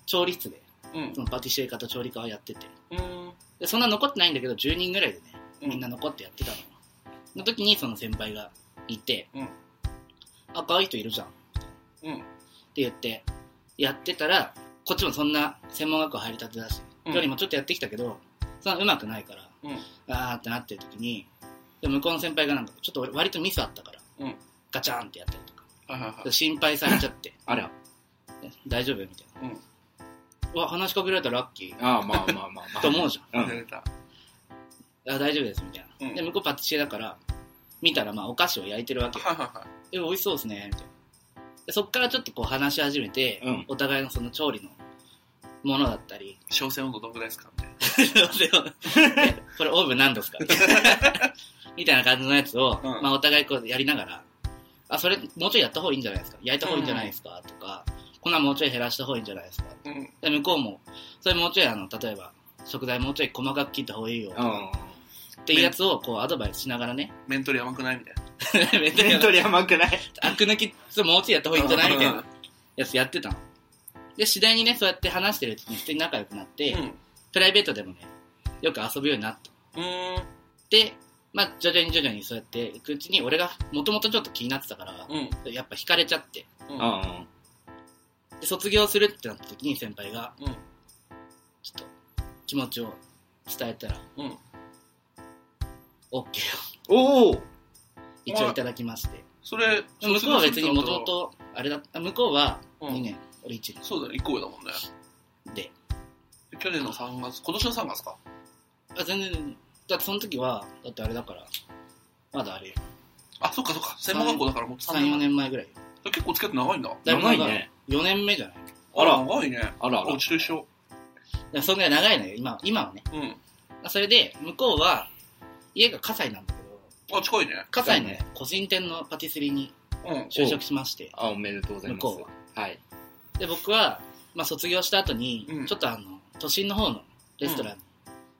調理室で、
うん
そのパティシエ科と調理科はやってて。
うん
で、そんな残ってないんだけど、10人ぐらいでね、
うん
みんな残ってやってたの。の時にその先輩がいて、
うん
あ、可愛い人いるじゃん。
うん
って言ってやってたらこっちもそんな専門学校入りたてだし、
うん
よりもちょっとやってきたけどそんなうまくないから、
うん
あーってなってる時にで向こうの先輩がなんかちょっと割とミスあったから、
うん
ガチャンってやったりとか
はいはいはい
心配されちゃ って
あら。
大丈夫みたいな、
うん
うわ話しかけられたらラッキー
ああ、まあまあまあまあ。
と思うじゃ
う
出
ん。
れた
んあ大丈夫ですみたいな、
うん
で向こうパティシエだから見たらまあお菓子を焼いてるわけよ
はいはいはい
で美味しそうですねみたいなでそっからちょっとこう話し始めて、
うん
お互いのその調理のものだったり
小鮮温度どんぐらいですかみたい
でも これオーブン何度ですかみたいな感じのやつを、
うん
まあお互いこうやりながら、あ、それもうちょいやった方がいいんじゃないですか焼いた方がいいんじゃないですか、とか、粉もうちょい減らした方がいいんじゃないですか
なうん
で、向こうも、それもうちょいあの、例えば、食材もうちょい細かく切った方がいいよ、
うん。
っていうやつをこうアドバイスしながらね、
面取り甘くないみたいな
めっち
テ
ゃ
ント リー甘くない。
アク抜き、ちょもうちょいやった方がいいんじゃないみたい
うん
なやつやってたの。で、次第にね、そうやって話してるうちに普通に仲良くなって、プライベートでもね、よく遊ぶようになった。
うんうん
で、まあ、徐々に徐々にそうやっていくうちに、俺がもともとちょっと気になってたから、
うん
やっぱ惹かれちゃって。
う
う
ん
ん。
で、卒業するってなった時に先輩が、
うん
ちょっと気持ちを伝えたら、
うん
OK を
おお
一応いただきまして。
それ
向こうは別にもともと、あれだった、向こうは
うん
2年、俺1
そうだね1個上だもんね
年で。
去年の3月今年の3月か
あ、全然、だってその時は、だってあれだから、まだあれよ、
あそっかそっか専門学校だからもう
3、4
3年
年前ぐらいよ。
結構つけて長いんだ
だぶ
長いね。
4年目じゃない
あら
長いね
あらあら
う。ちと一緒
だからそんぐらい長いのよ、今、今はね。
うん
あそれで、向こうは、家が葛西なんだけど、
あ近いね
葛西のね、個人店のパティスリーに
うん
就職しまして、
あ、おめでとうございます。
向こ
はい。
で、僕は、まあ、卒業した後に、
うん
ちょっとあの、都心の方のレストランに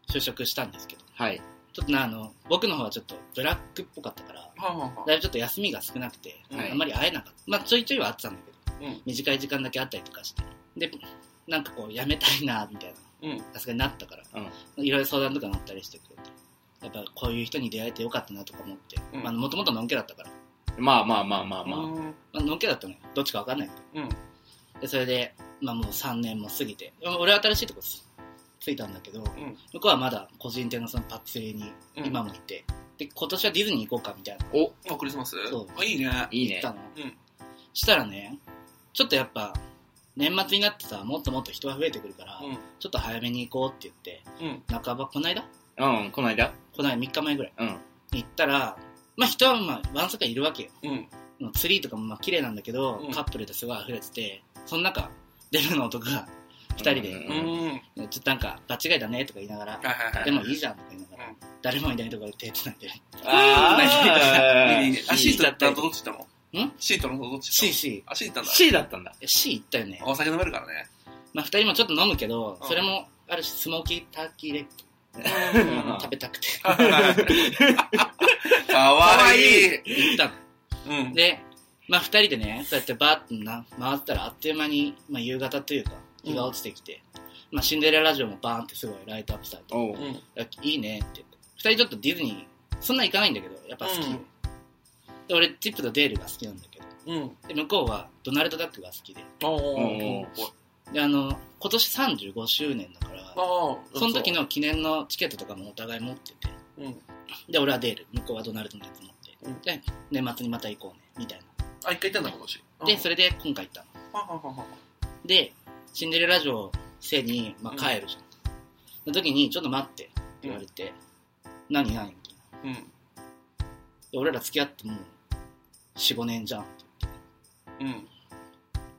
就職したんですけど、
はい。
ちょっとな、あの、僕の方はちょっとブラックっぽかったから、
はんはんはん
だいぶちょっと休みが少なくて、
はい
あんまり会えなかった。まあ、ちょいちょいは会ってたんだけど、
うん
短い時間だけ会ったりとかして、で、なんかこう、やめたいな、みたいな、
うん
さすがになったから、いろいろ相談とか乗ったりしてくれて、やっぱこういう人に出会えてよかったなとか思って、
うん
まあ、もともとのんけだったから、
まあまあまあまあまあ。
うん
まあのんけだったのよ。どっちかわかんないけ
うん
ど。で、それで、まあもう3年も過ぎて、まあ俺は新しいとこつついたんだけど、
ん
向こうはまだ個人店のそのパティスリーに
うん
今もいて、で、今年はディズニー行こうかみたいな、
お、
あクリスマス
そう
あいいね
いい
言
ね
った。の。
うん
したらね、ちょっとやっぱ、年末になってさ、もっともっと人が増えてくるから、
う
ちょっと早めに行こうって言って、
んうん
半ば、こないだ
うん、この間
こない3日前ぐらい
うん。
に行ったら、まあ人はまあ、わんさかいるわけよ。
うん
もうツリーとかもまあ綺麗なんだけど、
うん
カップルですごい溢れてて、その中、デブの男が二人で、
うん
うん
ちょっとなんか、場違いだねとか言いながら、
はいはいはい
でもいいじゃんとか言いながら、
うん
誰もいないところで手つないで、
あ
いいねいいねあシートだったらど
と
っち行っ
う
たの
ん
シートのどっち行
C、
った
C。
のあシート行ったんだ
C だったんだ。
C 行ったよね。
お酒飲めるからね
まあ二人もちょっと飲むけど、
うん
それもあるし、スモーキーターキーレッグ
うん
食べたくて、
かわいい。
行った
うん
の。。で、まあ二人でね、そうやってバーってな回ったらあっという間に、まあ夕方というか、日が落ちてきて、まあシンデレラ城もバーンってすごいライトアップされて、
おう
うん。
あいいねって言って。二人ちょっとディズニー、そんな行かないんだけど、やっぱ好きで。
うん
で俺、チップとデールが好きなんだけど。
うん。
で、向こうはドナルド・ダックが好きで。
お
ー
で、あの、今年35周年だから、
お
その時。の記念のチケットとかもお互い持ってて。
うん。
で、俺はデール、向こうはドナルドのやつ持って。
うん
で、年末にまた行こうね、みたいな。
あ、一回行ったんだ、今年。
で、それで今回行ったの。で、シンデレラ城をせいに、まあ、帰るじゃん。の時に、ちょっと待ってって言われて、何何みたいな。
うん。
で俺ら付き合ってもう45年じゃん
うん。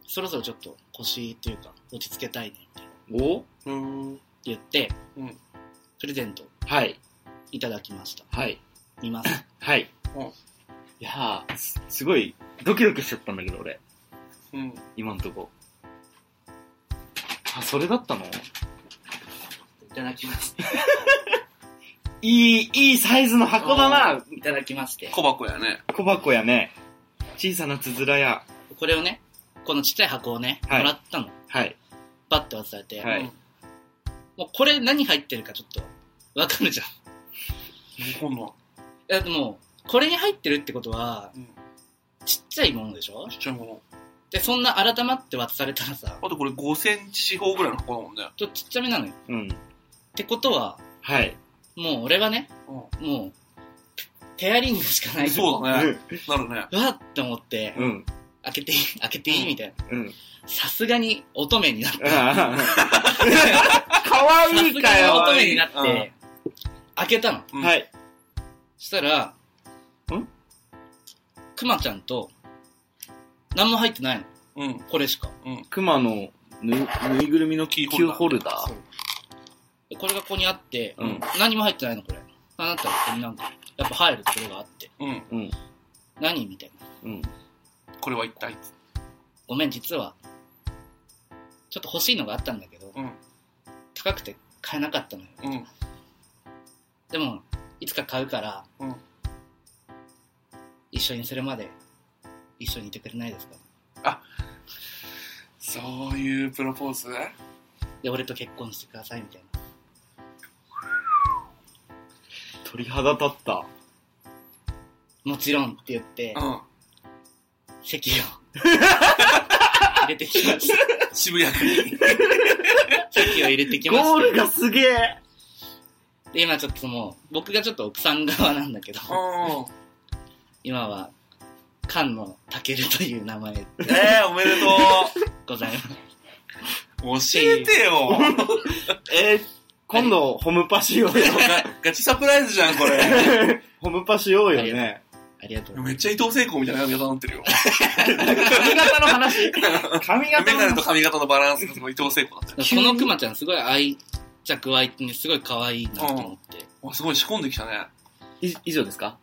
そろそろちょっと腰というか落ち着けたいねって
お
うん。
言って、
うん
プレゼント
はい。
いただきました。
はい。
見ます。
はい。
うん
いやーす、すごい、ドキドキしちゃったんだけど、俺。
うん。
今んとこ。あ、それだったの
いただきます。
いい、いいサイズの箱だな、
いただきまして。
小箱やね。
小箱やね。小さなつづらや。
これをね、このちっちゃい箱をね、
はい
もらったの。
はい。
バッて渡されて、
はい
もうこれ何入ってるかちょっと、わかるじゃん。
何こんなん。
いや、でも、これに入ってるってことは、
うん。
ちっちゃいものでしょ
ちっちゃいも
で、そんな改まって渡されたらさ、
の。あとこれ5センチ四方ぐらいの箱だもんね。
ちょっとちっちゃめなのよ。
うん。
ってことは、
はい。
もう俺はね、
う
もう、ペアリングしかない。
ん。そう
ね。
だね。なるね。
うわって思って、
うん。
開けていい、開けていいみたいな。
うん。
さすがに乙女になった。
あーかわ
さ
い
す
い
が
か
に
よ。
乙女になって、開けたの。
うん
はい。
したら、
ん
くまちゃんと、何も入ってないの。
うん。
これしか。
熊のぬぬいぐるみのキ
キ
ー
ー
ホ
ホ
ル
ル
ダー。
でこれがここにあって、
うん
何も入ってないの、これ。あなたはなんか、やっぱ入るところがあって。
うん。
うん。
何みたいな。
うん。
これは一体。
ごめん、実は、ちょっと欲しいのがあったんだけど、
うん。
高くて買えなかったのよ。
うん。
でも、いつか買うから、
うん
一緒にするまで、一緒にいてくれないですか
そういうプロポーズ
で、俺と結婚してください、みたいな。
鳥肌立った。
もちろんって言って、
うん。
席を入れてきました。
渋谷区に。
席を入れてきま
ゴール
し
がすげえ。
た。で、今ちょっともう、僕がちょっと奥さん側なんだけど、
う
今は、菅野健という名前で
ん。えー、おめでと
ございます。
う。教えてよ。
えー、今度、ホムパしようよ。
ガガチサプライズじゃん、これ。
ホムパしようよね。
ありがとうござい
めっちゃ伊藤聖子みたいな髪型になってるよ。
髪型の話。 髪
メ
型の
ガネと
話。
髪型のバランスがすごい伊藤聖子だった
ます。このクマちゃんすごい愛着湧いてね、すごい可愛いなと思って、
よ。あすごい仕込んできたね。
い以上ですか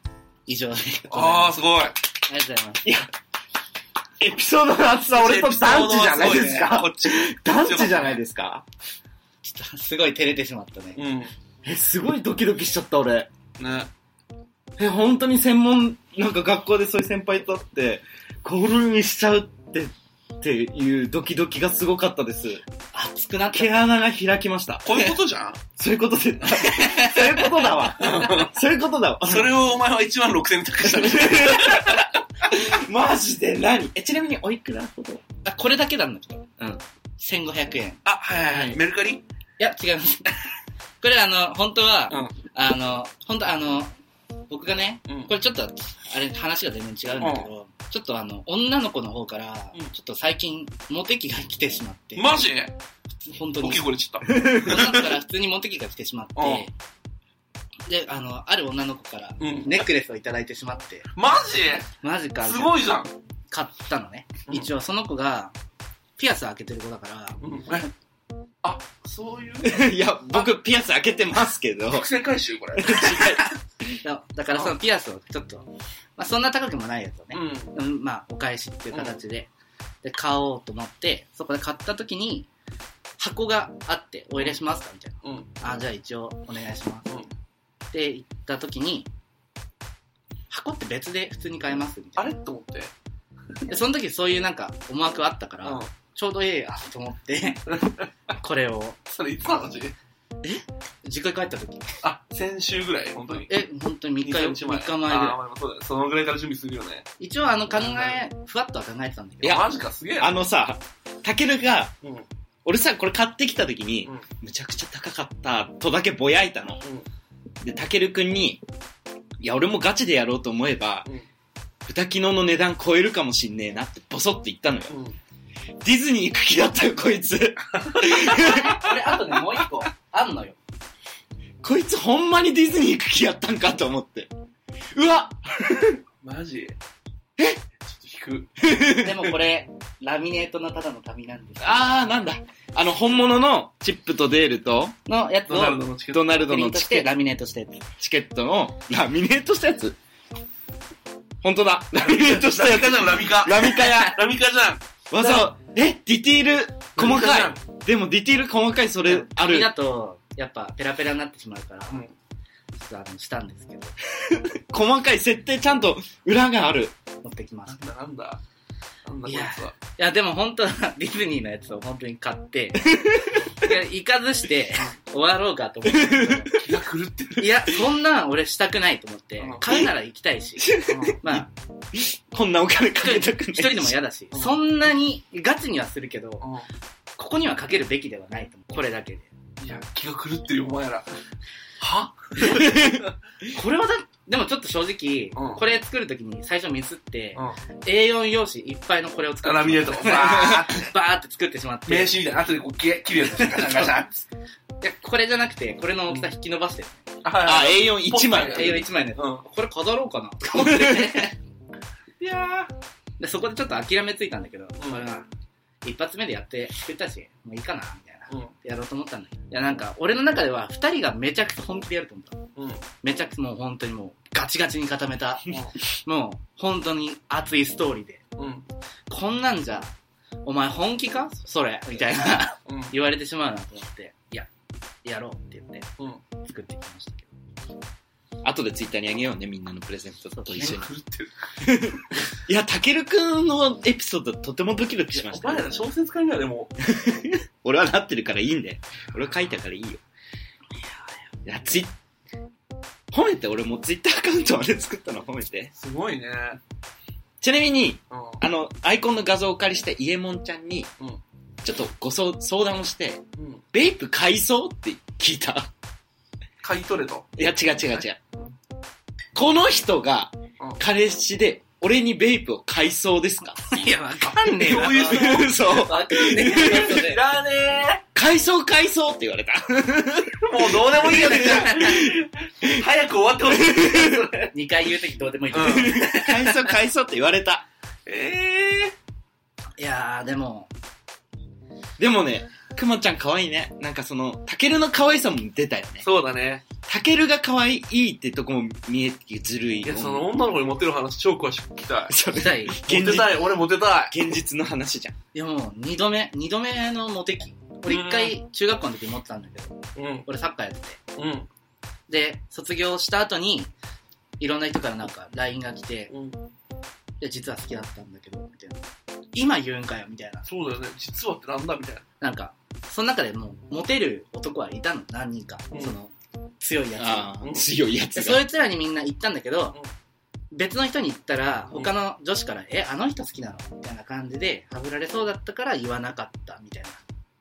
以上でござい
あ
ま
あ、
す。
すごい。
ありがとうございます。
エピソードの厚さ、俺と団地じゃないです
こ
か
っち。
団地じゃないですか
ちょっとすごい照れてしまったね。
うん。ね。
え、すごいドキドキしちゃった、俺。え、本当に専門、なんか学校でそういう先輩と会って、ゴールにしちゃうって、っていうドキドキがすごかったです。
熱くなった。
毛穴が開きました。
こういうことじゃん。
そういうことで、 そういうことだわ。そういうことだわ。
それをお前は1万6000円高くしたね
マジで何え、ちなみにおいくらほど
あ、これだけなんだけど。
うん。
1500円。い
あ、はいはいはい。メルカリ
や、違います。 これあの、本当は、
うん
あの、本当あの、僕がね、
うん
これちょっと、あれ、話が全然違うんだけど、ちょっとあの、女の子の方から
うん、
ちょっと最近、モテ期が来てしまって、
マジ
本当
大
に
きい、声でちゃっ
女の子から普通にモテ期が来てしまって、で、あの、ある女の子から、
た。うん。
ネックレスをいただいてしまって、
マ
マジか、
ジすごいじゃん。
買ったのね。
うん
一応、その子が、ピアス開けてる子だから、
うんえあ、そういう
いや、僕ピアス開けてますけど。
伏線回収これ。
だだからそのピアスをちょっと、まあそんな高くもないやつをね、う
ん。
ん、まあお返しっていう形で、で、買おうと思って、そこで買った時に、箱があって、お入れしますかみたいな。
うん。
あ、じゃあ一応お願いします。
うん
って言った時に、箱って別で普通に買えますみた
あ
いな。
れと思って。
で、その時そういうなんか思惑はあったから、
うん。
ちょうどええやと思 って、これを、
それいつの話
実家に帰った時、
あ、先週ぐらい、本当に。
え、本当に3日よ、
2
3日
前
前ぐらい。
あーまあそうだねそのぐらいから準備するよね。
一応あの考え、ふわっとは考えてたんだけど。
いや、マジか、すげえな。
あのさ、タケルが、
うん。
俺さ、これ買ってきた時に、
うん
むちゃくちゃ高かったとだけぼやいたの。で、たけるくんに、いや、俺もガチでやろうと思えば、
うん
豚キノの値段超えるかもしんねえなってボソッと言ったのよ。
うん。
ディズニー行く気だったよ、こいつ。
これあとね、もう一個、あんのよ。
こいつほんまにディズニー行く気やったんかと思って。うわ
マジえちょっと引く。
でもこれ、ラミネートのただの紙なんです。
あー、なんだ。あの、本物のチップとデールと、
のやつ
ドナル
を
ドのチケット。
ドナル
プ
ド
リン
の
ト
チ
し
ケ
て
ット
ラミネートして。
チケットの、ラミネートしたやつ本当だ。ラミネートしたや
ラミカじゃん、ラミカ
つ。。ラミカや。
ラミカじゃん。
わざわざ、え、ディティール、細か
ラ
い。
ミカ
でもディティール細かい、それ、あ
紙
る
だ。と、やっぱペラペラになってしまうから、
うん
ちょっとあの、したんですけど、
細かい設定ちゃんと裏がある。
持ってきま
じ
し
ゃん。なんだ、なんだ。なんだ、こ
い
いつ
や
は。
た。いや、でも本当はディズニーのやつを本当に買 って、いや、行かずして終わろうかと思ってたんだけ
気が狂ってる。
ど。いや、そんなん俺したくないと思って
うん、
買うなら行きたいし、 まあ、
こんなお金かけ
一
たく
人
ない。
一人でも嫌だし、
うん
そんなにガチにはするけど、
うん
ここにはかけるべきではないと思う。これだけで。
いや、気が狂ってるよ、お前ら。は
これはだ、でもちょっと正直、
うん
これ作るときに最初ミスって、
うん
A4 用紙いっぱいのこれを作って
ラミネート。
バ
バ
ー
ーって。
バーって作ってしまって、
名刺みたいな。後でこう、切れ切るやつ。ガシャンガシャン。
いやこれじゃなくて、これの大きさ引き伸ばして、
あ
あ、
A41 枚。
うん
A41 枚のやつ、
うん。
これ飾ろうかなと思って、
いや
でそこでちょっと諦めついたんだけど、
ん
これは一発目でやって作ったし、もういいかな、みたいな。
ー。
やろうと思ったんだけど。いや、なんか、俺の中では、二人がめちゃくちゃ本気でやると思った。
うん。うん。
めちゃくちゃもう本当にもう、ガチガチに固めた、
うん
もう、本当に熱いストーリーで、
うん。
こんなんじゃ、お前本気かそれ、みたいな、
うん。
言われてしまうなと思って、いや、やろうって言って、
うん。
作ってきましたけど。
後でツイッターにあげようね、みんなのプレゼントと
気
一緒
が
に。
狂ってる。
いや、たけるくんのエピソードとてもドキドキしまし
お
た
前。ら小説家にはでも、
俺はなってるからいいんだよ。俺は書いたからいいよ。いや、ツイ褒めて、俺もツイッターアカウントあれ作ったの褒めて。
すごいね。
ちなみに、
うん。
あの、アイコンの画像をお借りして、イエモンちゃんに
うん、
ちょっとご相相談をして、
うん。
ベイプ買いそうって聞いた。
買い取れと。
いや、違う違う違う。この人が、彼氏で、俺にベイプを買いそうですか
いや、わかんねえな。
どういう
わ
そう。
かんねえな、それ。
らね
買いそう買いそうって言われた。
えもうどうでもいいやつじゃん。早く終わってほしい。
二回言うときどうでもいい。
うん。
買いそう買いそうって言われた。
え
い
え
やー、でも、
でもね、くまちゃん可愛いね。なんかその、たけるの可愛さも出たよね。
そうだね。
たけるが可愛いってとこも見えてきてずるい。
いや、その、女の子にモテる話、超詳しく聞きた
それ
期、待。い
い。
現
モテ
実、
たい、俺モテたい。
現実の話じゃん。
や、もう、二度目、二度目のモテ期。俺一回、中学校の時持ってたんだけど、
うん、
俺サッカーやってて。
うん、
で、卒業した後に、いろんな人からなんか LINE が来て、
うん。
いや、実は好きだったんだけど、みたいな。今言うんかよ、みたいな。
そうだよね。実はってなんだみたいな。
なんか、その中でもう、モテる男はいたの、何人か。
うん
その、強いやつが。
あ
う
あ、
ん
強いや
で
つ
そ
が。
いつらにみんな行ったんだけど、別の人に行ったら、他の女子から、え、あの人好きなのみたいな感じで、はぶられそうだったから言わなかった、みたいな。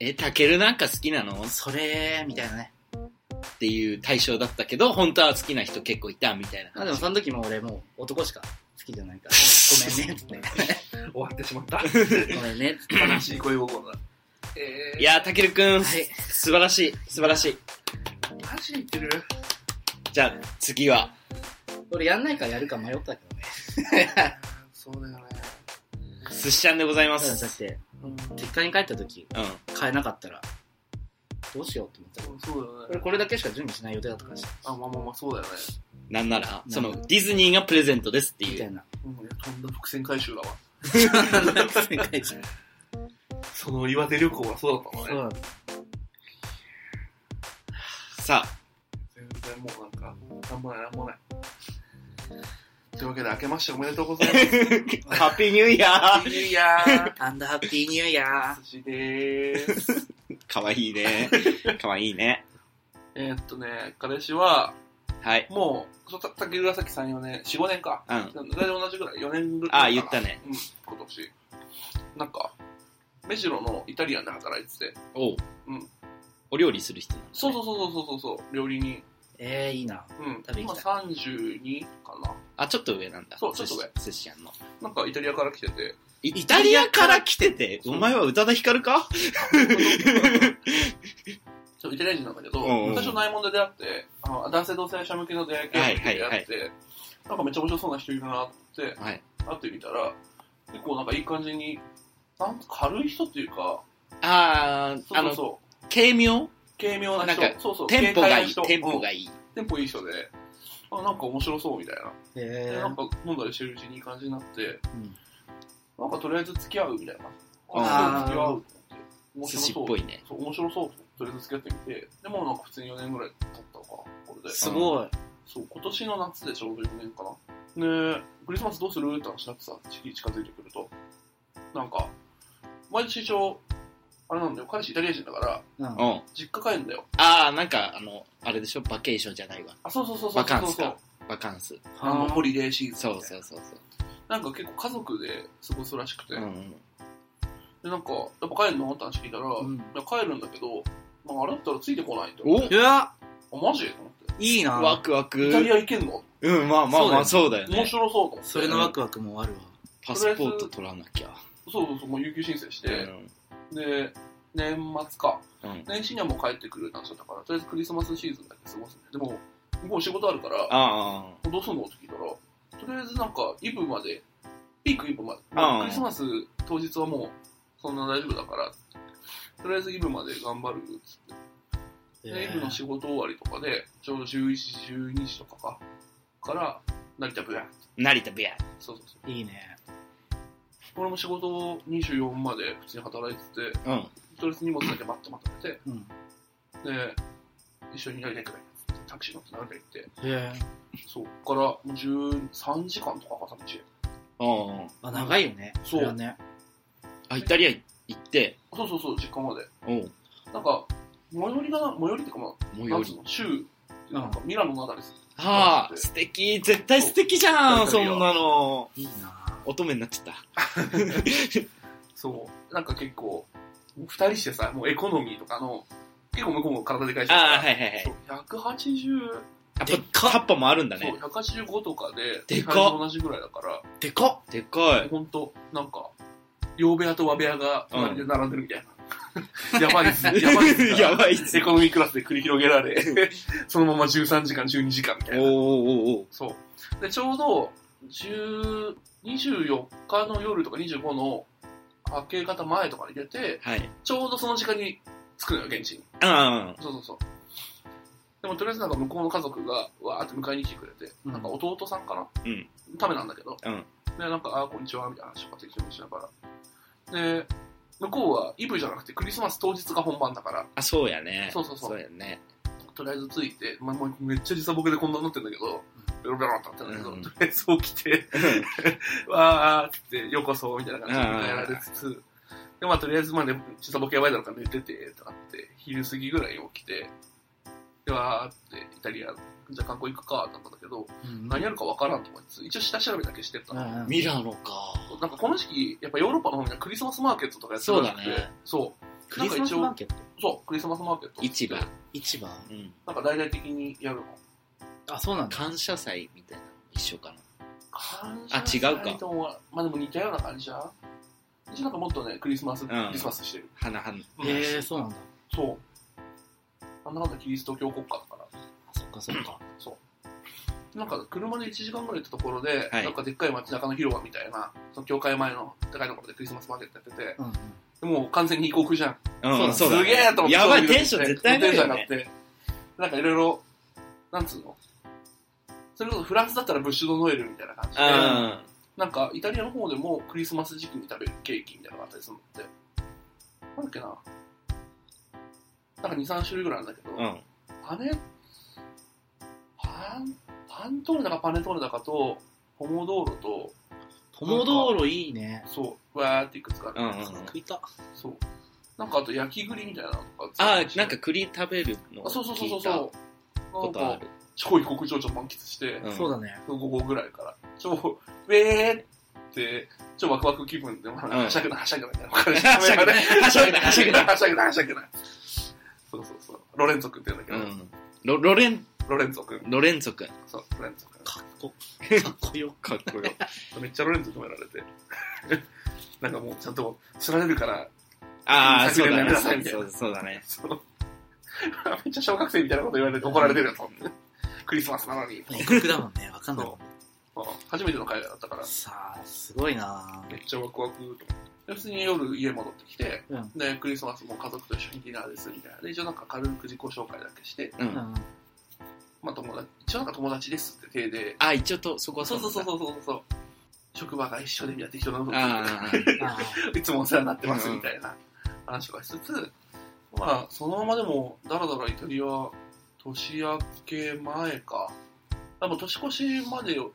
え、たけるなんか好きなのっ
それ、みたいなね。
ていう対象だったけど、本当は好きな人結構いた、みたいな。
あでもその時も俺もう男しか好きじゃない から、ごめんね、つっ
終わってしまった。
て。ごめんね、つって。
悲しい恋心だ。えー、
いやー、たけるくん、
はい。
素晴らしい、素晴らしい。
マジで言って る
じゃあ、次は。
俺やんないからやるか迷ったけどね。
そうだよね。
すしちゃんでございま
ただだっ
す。
て、
うん、
実家に帰った時、
うん。
買えなかったら、どうしようって思った。
そうだよ
俺
ね。
これだけしか準備しない予定だったからさ、
あ、まあまあまあ、そうだよね。
なんなら、その、ディズニーがプレゼントですって
み
い
た
う。
い な。
うん、いやとんだ伏線回収だわ。
世界中
その岩手旅行はそうだったの
そう
ね。
なの
さあ、
全然もうなんか、なんもない、なんもない。というわけで、明けましておめでとうございます。
ハッピーニューイヤ ー
いやー、
アンダーハッピーニューイヤー。
寿司でーす。
かわいいね。かわいいね。
えーっとね、彼氏は、
はい。
もう、そうた竹浦崎さん4年、4、5年か。
うん。
大体同じぐらい、4年ぐらいかな。
ああ、言ったね。
うん、今年。なんか、目白のイタリアンで働いてて、
おう。
うん。
お料理する人なんだね
そうそうそうそうそうそう、料理人。
えー、いいな。
うん
食。べに
今
来
32かな。
あ、ちょっと上なんだ。
そうちょっと上
寿司。寿司屋の。
なんかイタリアから来てて、
イタリアから来てて、お前は宇多田ヒカルか
そうイタリア人なんだけど、
うんうん
最初内門で出会って、あの男性同性愛者向けの出会い系で出会って、なんかめっちゃ面白そうな人いるなって、
はい。
会ってみたら、結構なんかいい感じに、なん軽い人っていうか、
あー、
そ
あ
うそう
の、
そ
軽妙
う、軽妙な人、
なんか
そうそう、
テンポがいい
軽快な、人
テンポが
うん
いい。
テンポいい人で、あ、なんか面白そうみたいな。
へ
でなんか飲んだりしてるうちにいい感じになって、なんかとりあえず付き合うみたいな。
あ
ー
付き合う面
寿
白
司
そ
っ
う
ぽいね。
そう、面白そうとりあえず付き合ってみて、でもうなんか普通に4年ぐらい経ったのか、これで。
すごい。
そう、今年の夏でちょうど4年かな。ねえクリスマスどうするって話になってさ、時期近づいてくると。なんか、毎年一応、あれなんだよ、彼氏イタリア人だから、
うん
うん。
実家帰るんだよ。
あー、なんか、あの、あれでしょバケーションじゃないわ。
あ、そうそうそうそう。
バカンス
そう
か。バカンス。
そうあの、ホリデーシーズン。
そうそうそうそう。
なんか結構家族で過ごすらしくて、
うんうん。
で、なんか、やっぱ帰るのって話聞いたら、
ん
いや帰るんだけど、まあ、あれだったらついてこないと。
お
うわ
あ、マジと思っ
いい
ワ
な。
クワ
て。イタリ
ク。
ア行けんの
うん、まあまあまあ、そうだよ
面
ね。
白そうと思って。
それのワクワクもあるわ。
パスポート取らなきゃ。
そうそうそう、もう有給申請して、で、年末か。
うん。うん。
年始にはもう帰ってくるって話だったから、とりあえずクリスマスシーズンだけ過ごすね。でも、向こう仕事あるから、
あー
どうすんのって聞いたら、とりあえずなんか、イブまで、ピークイブまで、
ああ
クリスマス当日はもう、そんな大丈夫だから、とりあえずイブまで頑張るっつって。で、イブの仕事終わりとかで、ちょうど11時、12時とかか、から、成田ブヤン。
成田ビア。
そうそうそう。
いいね。
俺も仕事を24まで普通に働いてて、
うん。
とりあえず荷物だけバッとまとめて、
うん。
で、一緒に成田くらいタクシー乗って成田行って、
へえ。
そっからもう13時間とか片道。
あ
あ、長いよね。
そう
れはね。
あ。あ、イタリア行って、
そうそうそう、実家まで。
おう、
なんか、最寄りがな、最寄りっていうかま
最
あ、な
寄
んつう
り。
の、州ってなんかミラノのあたりです。
ああ、素敵。絶対素敵じゃん、そ
そうん
なの。
いいな。
乙女になっちゃった。
そう。なんか結構、二人してさ、もうエコノミーとかの、結構向こうも体でかい人だから
ああ、はいはいはい。
そう180、
やっぱ、葉っぱもあるんだ
そう
ね。
185とかで、
でかっ
サイズ同じぐらいだか
でかっ
でか
ら、
い。
ほんと、なんか、両部屋と和部屋が隣で並んでるみたいな。 やばいっす、や ばいっす。
やばいっ
エコノミークラスで繰り広げられ、 そのまま13時間、12時間みた
お
い
ー
な。
おー
そう。で、ちょうど、10 24日の夜とか25の明け方前とかに出て、
おーはい。
ちょうどその時間に着くのよ、現地に。
あ
そうそうそう。でも、とりあえずなんか向こうの家族が、わーって迎えに来てくれて、
うん
なんか弟さんかな
うん。
ためなんだけど、
うん
で、なんか、あーこんにちは、みたいな話とか適当にしながら。で、向こうはイブじゃなくてクリスマス当日が本番だから、
あ、そうやね。
そうそうそう
そうやね。
とりあえず着いて、まあ、もうめっちゃ時差ボケでこんなになってんだけど、ベロベロってなってんだけど、
うん
とりあえず起きて、わーって、ようこそ、みたいな感じで
うん
迎えられつつ、で、まあ、とりあえず、まあね、時差ボケやばいだろうから寝てて、ってなって、昼過ぎぐらいに起きて、で、わーって、イタリア、じゃあ観光行くか、ってなったんだけど、
うん
何やるかわからんと思いつつ、一応下調べだけしてった
う
の。
ん
ミラノか。
なんかこの時期、やっぱヨーロッパの方にはクリスマスマーケットとかやってるらしくて
そうだね
そう。
クリスマスマーケット
そう、クリスマスマーケット。
市場。
市場
うん。
なんか大々的にやるの。
あ、そうなんだ。
感謝祭みたいなの一緒かな。
感
あ違うか
とはまあでも似たような感じじゃんうちなんかもっとねクリスマス、
ん
クリスマスしてる
花花。
へえ、そうなんだ。
そうあんなことキリスト教国家だから
あそっかそっか。
なんか車で1時間ぐらい行ったところで、
はい
なんかでっかい街中の広場みたいなその教会前の高いところでクリスマスマーケットやってて
うんうん。
でもう完全に異国じゃん、
う
そうだ
すげえと思って
やばい、
興味
テンション絶対
出
上
てテンション
がる
上が
よ
っ
ね。
てなんかいろいろなんつうのそれこそフランスだったらブッシュドノエルみたいな感じで、
うん。
なんか、イタリアの方でもクリスマス時期に食べるケーキみたいなのがあったりするのって。なんだっけな。なんか2、3種類ぐらいあるんだけど、
うん。
パネ、パン、パントーネだかパネトーネだかと、ポモドーロと、
ポモ道路いいね。
そう、わーっていくつかある。
うんうんうん。
食いた。
そう。なんかあと焼き栗みたいなのとか。
あー、なんか、栗食べるの
あそうそうそうそ
聞
う
いた
そ
こ
う。
と
な
あ
んか
る。、
超異国情緒満喫して、
うん
そうだね。
午後ぐらいから、超、ウェーって、超ワクワク気分で、まあ、
うん
はしゃぐな、はしゃぐな、みたいな感じで。
はしゃぐ なはしゃぐなは
は
しゃ
しゃ
ぐ
ぐ
な
な、はしゃぐな、はしゃぐな。そうそうそう。ロレンツォ君って言うんだ
う
けど、
ん。ロロレン、
ロレンツォ君。
ロレンツォくん。
そう、ロレンツォ
かっこ、かっこよ。
かっこよ。
君。めっちゃロレンツォ褒められて。 なんかもうちゃんと知られるから、
ああ、そうだ
やめ
ね。
なさ
そ
いうみたいな
そうそうだね。
そう めっちゃ小学生みたいなこと言われて怒られてるよと思って。クリスマスなのに。
異国だもんね。わかんないもんね。
まあ、初めての海外だったから、
さあ、すごいな
めっちゃワクワクと思って。で普通に夜家戻ってきて、
うん
で、クリスマスも家族と一緒にディナーですみたいな。で、一応なんか軽く自己紹介だけして、
う。
うんん。
まあ友達、一応なんか友達ですって手で、
あ、一応と、そこは
そうそうそう
う。
そうそうそう。職場が一緒でみたいな適当なこと
あ
あ
いつもお世話になってますみたいな話をしつつ、まあ、そのままでも、だらだらイタリア、年明け前か。でも年越しまで行っ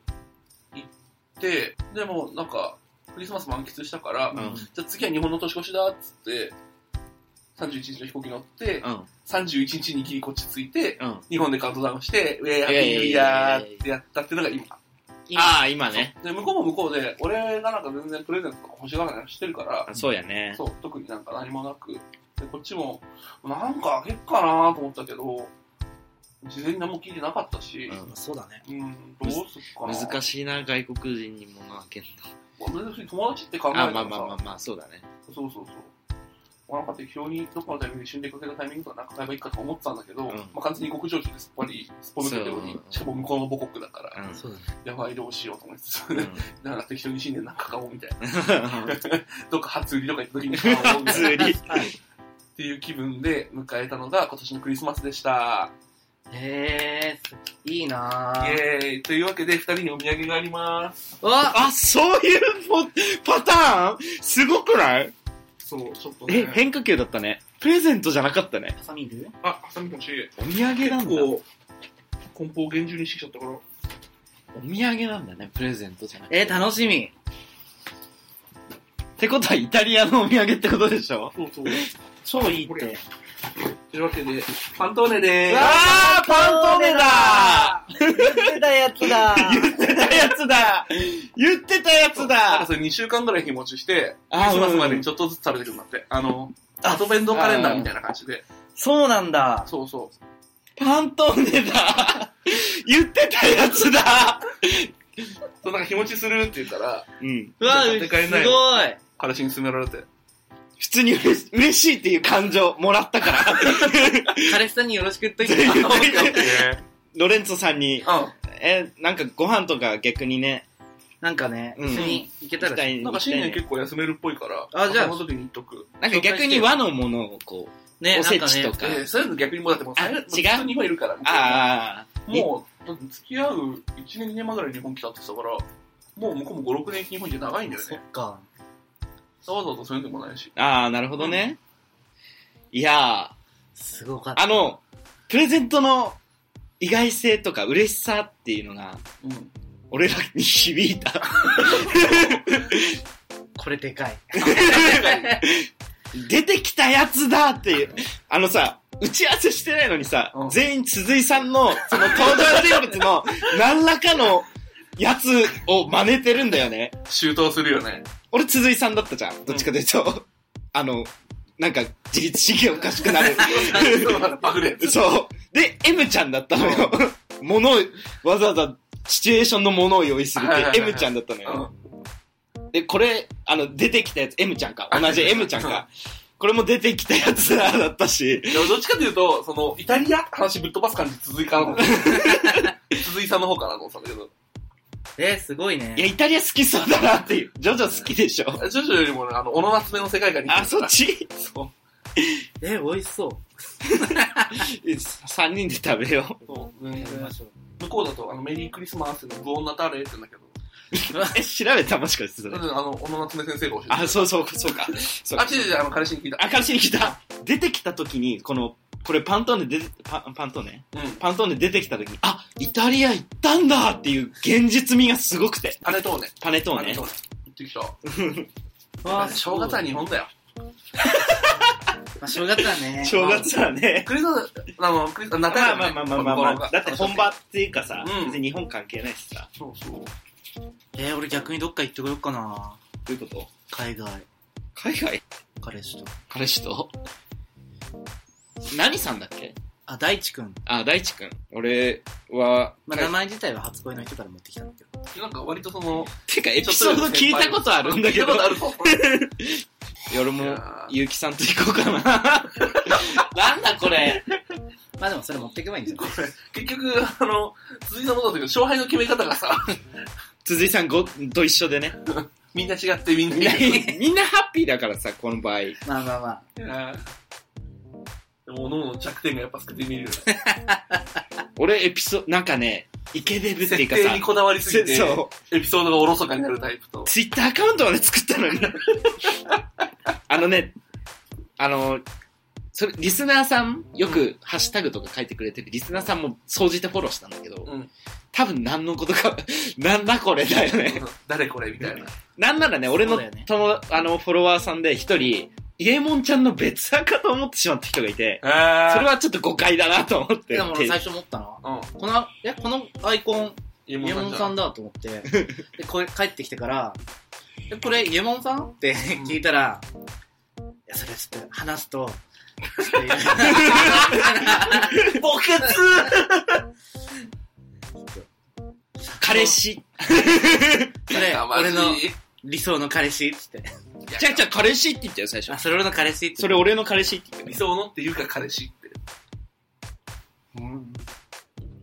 て、でもなんか、クリスマス満喫したから、
うん。
じゃあ次は日本の年越しだっつって、31日の飛行機乗って、
うん。
31日にギリこっち着いて、
うん。
日本でカウントダウンして、ウェア
いやいやいや
ピーイヤ
いや
ーってやったっていうのが今。
ああ、今ね。
で、向こうも向こうで、俺がなんか全然プレゼントとか欲しがらないのしてるから、
あそうやね。
そう、特になんか何もなく。で、こっちも、なんかあげっかなと思ったけど、事前に何も聞いてなかったし、
うん
あ、そうだね。
うん、どうすっかな
難
い。
しいな、外国人に物あげん
難しい。友達って考え
の。
た
あ、
ら
まあ
さ、
まあまあまあ、そうだね。
そうそうそう。まあ、なんか適当にどっかのタイミングで一瞬出かけたタイミングとかなんか買えばいいかと思ってたんだけど、
ん
まあ完全に極上中ですっぱり、スポルトように
そう、
しかも向こうの母国だか
う
ら、
ん。
そうだね。
やばいどうしようと思ってつつ、
うん
だから適当に新 年なんか買おうみたいな。
普
どっか初売りとか行った時に買おうみたいな。
通に。
っていう気分で迎えたのが今年のクリスマスでした。
へえ、いいな
イ
ぁ。
エーイというわけで2人にお土産があります。
あ
あ、そういうポパターンすごくない
そう、ちょっと
え、変化球だったね。プレゼントじゃなかったね。
ハサミいる
あ、ハサミ欲しい。
お土産なん
結
だ。お
構、梱包厳重にしてきちゃったから。
土産なんだね、プレゼントじゃなくて。
えー、楽しみ。
ってことはイタリアのお土産ってことでしょ
そうそう。
超いい
こ
って
れ。というわけで、パントーネでーす。
あー、パントーネだ
言ってたやつだ
言ってたやつだ言ってたやつ
なんか
だ
それ2週間ぐらい日持ちして、ク
あー
リスマスまで
うん
にちょっとずつ食べてくるんだって。あの、アドベントカレンダーみたいな感じで。
そうなんだ。
そうそう。
パントーネだ言ってたやつだ
そう、なんか日持ちするって言ったら、
うん。
うわ、
立
す
て
ご
替
い
えない。彼氏に勧められて。
普通に嬉し嬉しいっていう感情もらった から。
彼氏さんによろしく言っといて。
ロレンツォさんに、
う
え、なんかご飯とか逆にね、
なんかね、
うん
一緒に行けた
行きた
ら。
い
ん。なんか新年結構休めるっぽいから、
あじゃあ
その時に言っとく。
なんか逆に和のものをこう、
ね、
お
なん
せ
か
ちと
ね、
か。
えーそういうの逆にもうだってもう、
あ
さよもう
違う
普通に今いるから。
ああ、
もう、だって付き合う1年、2年前ぐらいに日本来たって言ってたから、もう向こうも5、6年日本じゃ長いんだよ
そっ
ね。
か。
わざわざそういうのでもないし。
ああ、なるほどね。いやー、
すごかった。
あの、プレゼントの意外性とか嬉しさっていうのが、
うん。
俺らに響いた。
これでかい。
出てきたやつだっていう。あのさ、打ち合わせしてないのにさ、
うん
全員鈴井さんの、その登場人物の何らかのやつを真似てるんだよね。
周到するよね。
俺鈴井さんだったじゃん。どっちかというと、あの、なんか自律神経おかしくなる。
パフレー
そう。で、M ちゃんだったのよ。ものを、わざわざシチュエーションのものを用意する
はいはい
っ
は
て
い
M ちゃんだったのよ。で、これ、あの、出てきたやつ M ちゃんか。同じ M ちゃんか。これも出てきたやつだだったし。
でもどっちかというと、その、イタリア話ぶっ飛ばす感じ続いからの。続いさんの方からの、それけど。
えー、すごいね。
いや、イタリア好きそうだなっていう。ジョジョ好きでしょ。
ジョジョよりもね、あの、小野夏目の世界観に。
あ、 そっち
そう。
えー、美味しそう。
?3 人で食べ よう。
そう全
やり
然
ましょう。
向こうだと、あの、メリークリスマスのブオンナタレって言うんだけど。
え、調べたもしかしてそ
だ
れ
っ。てあの、小野夏目先生が教えてくれた
あ、そうそう、そうか。そう
あ、
か
違う違う、あの、彼氏に聞いた。
あ、彼氏に来た。出てきた時に、この、これパントーネ出て、パン、パントーネ
うん。
パントーネ出てきた時に、あ、イタリア行ったんだっていう現実味がすごくて。
パネトーネ。
パネト
パ
ー
ネ
ネ
トー。ネ。行ってきた。
わあ
正月は日本だよ。
まあ正月はね。
正月はね。
クリスマス、あの、クリスマス、ナタ
ま
イ
あ
ル
ま
だ
あ
ね
まあまあまあまあ、だって本。場っていうかさ、
うん
別に日本関係ないしさ。
そうそう。
えー、俺逆にどっか行ってこようかな。
どういうこと
海外、
海外
彼氏と。
彼氏と何さんだっけ
あ、大地くん。
あ、大地くん。俺は、
まあ、
か
名前自体は初恋の人から持ってきたんだけど。
なんか割とその、
てかエピソード聞いたことあるんだけど
聞い、たことある
夜も
いやー
ゆうきさんと行こうかな。 なんだこれ。
まあでもそれ持っていけばいいんじゃない
結局、あの、鈴木さんもそうだけど、勝敗の決め方がさ、
辻さんごと一緒でね。
みんな違ってみんな
みんな
いい。
みんなハッピーだからさ、この場合。
まあまあまあ。
いやでも、おのの弱点がやっぱ透けて見えるよね。
俺エピソード、なんかね、イケデブっていう
設
か
定に
さ、
こだわりすぎて、
そ
エピソードがおろそかになるタイプと
う、。ツイッターアカウントまで作ったのに。あのね、あの、それ、リスナーさん、よくハッシュタグとか書いてくれてるリスナーさんも総じてフォローしたんだけど、
うん
多分何のことか、 なんだこれだよね。
誰これみたいな。
なんならね、俺
そ
の
うだよね
友、あの、フォロワーさんで一人、イエモンちゃんの別アカと思ってしまった人がいて、それはちょっと誤解だなと思って。
でも俺最初思ったのは、
うん。
この、え、このアイコン、
イエ
イエモンさん
だ。
だと思 って、で、これ帰ってきてから、え、これイエモンさんって聞いたら、いや、それちょっと話 すと、ちょっといろいろ
ボケツ
彼氏。
それ、
あ、
俺
俺
の
の。
理想の彼氏っつって。
じゃじゃ彼氏って言ったよ、最初
あ、。それ俺の彼氏って。
それ俺の彼氏って言った
理
よ。
想のっていうか彼氏って。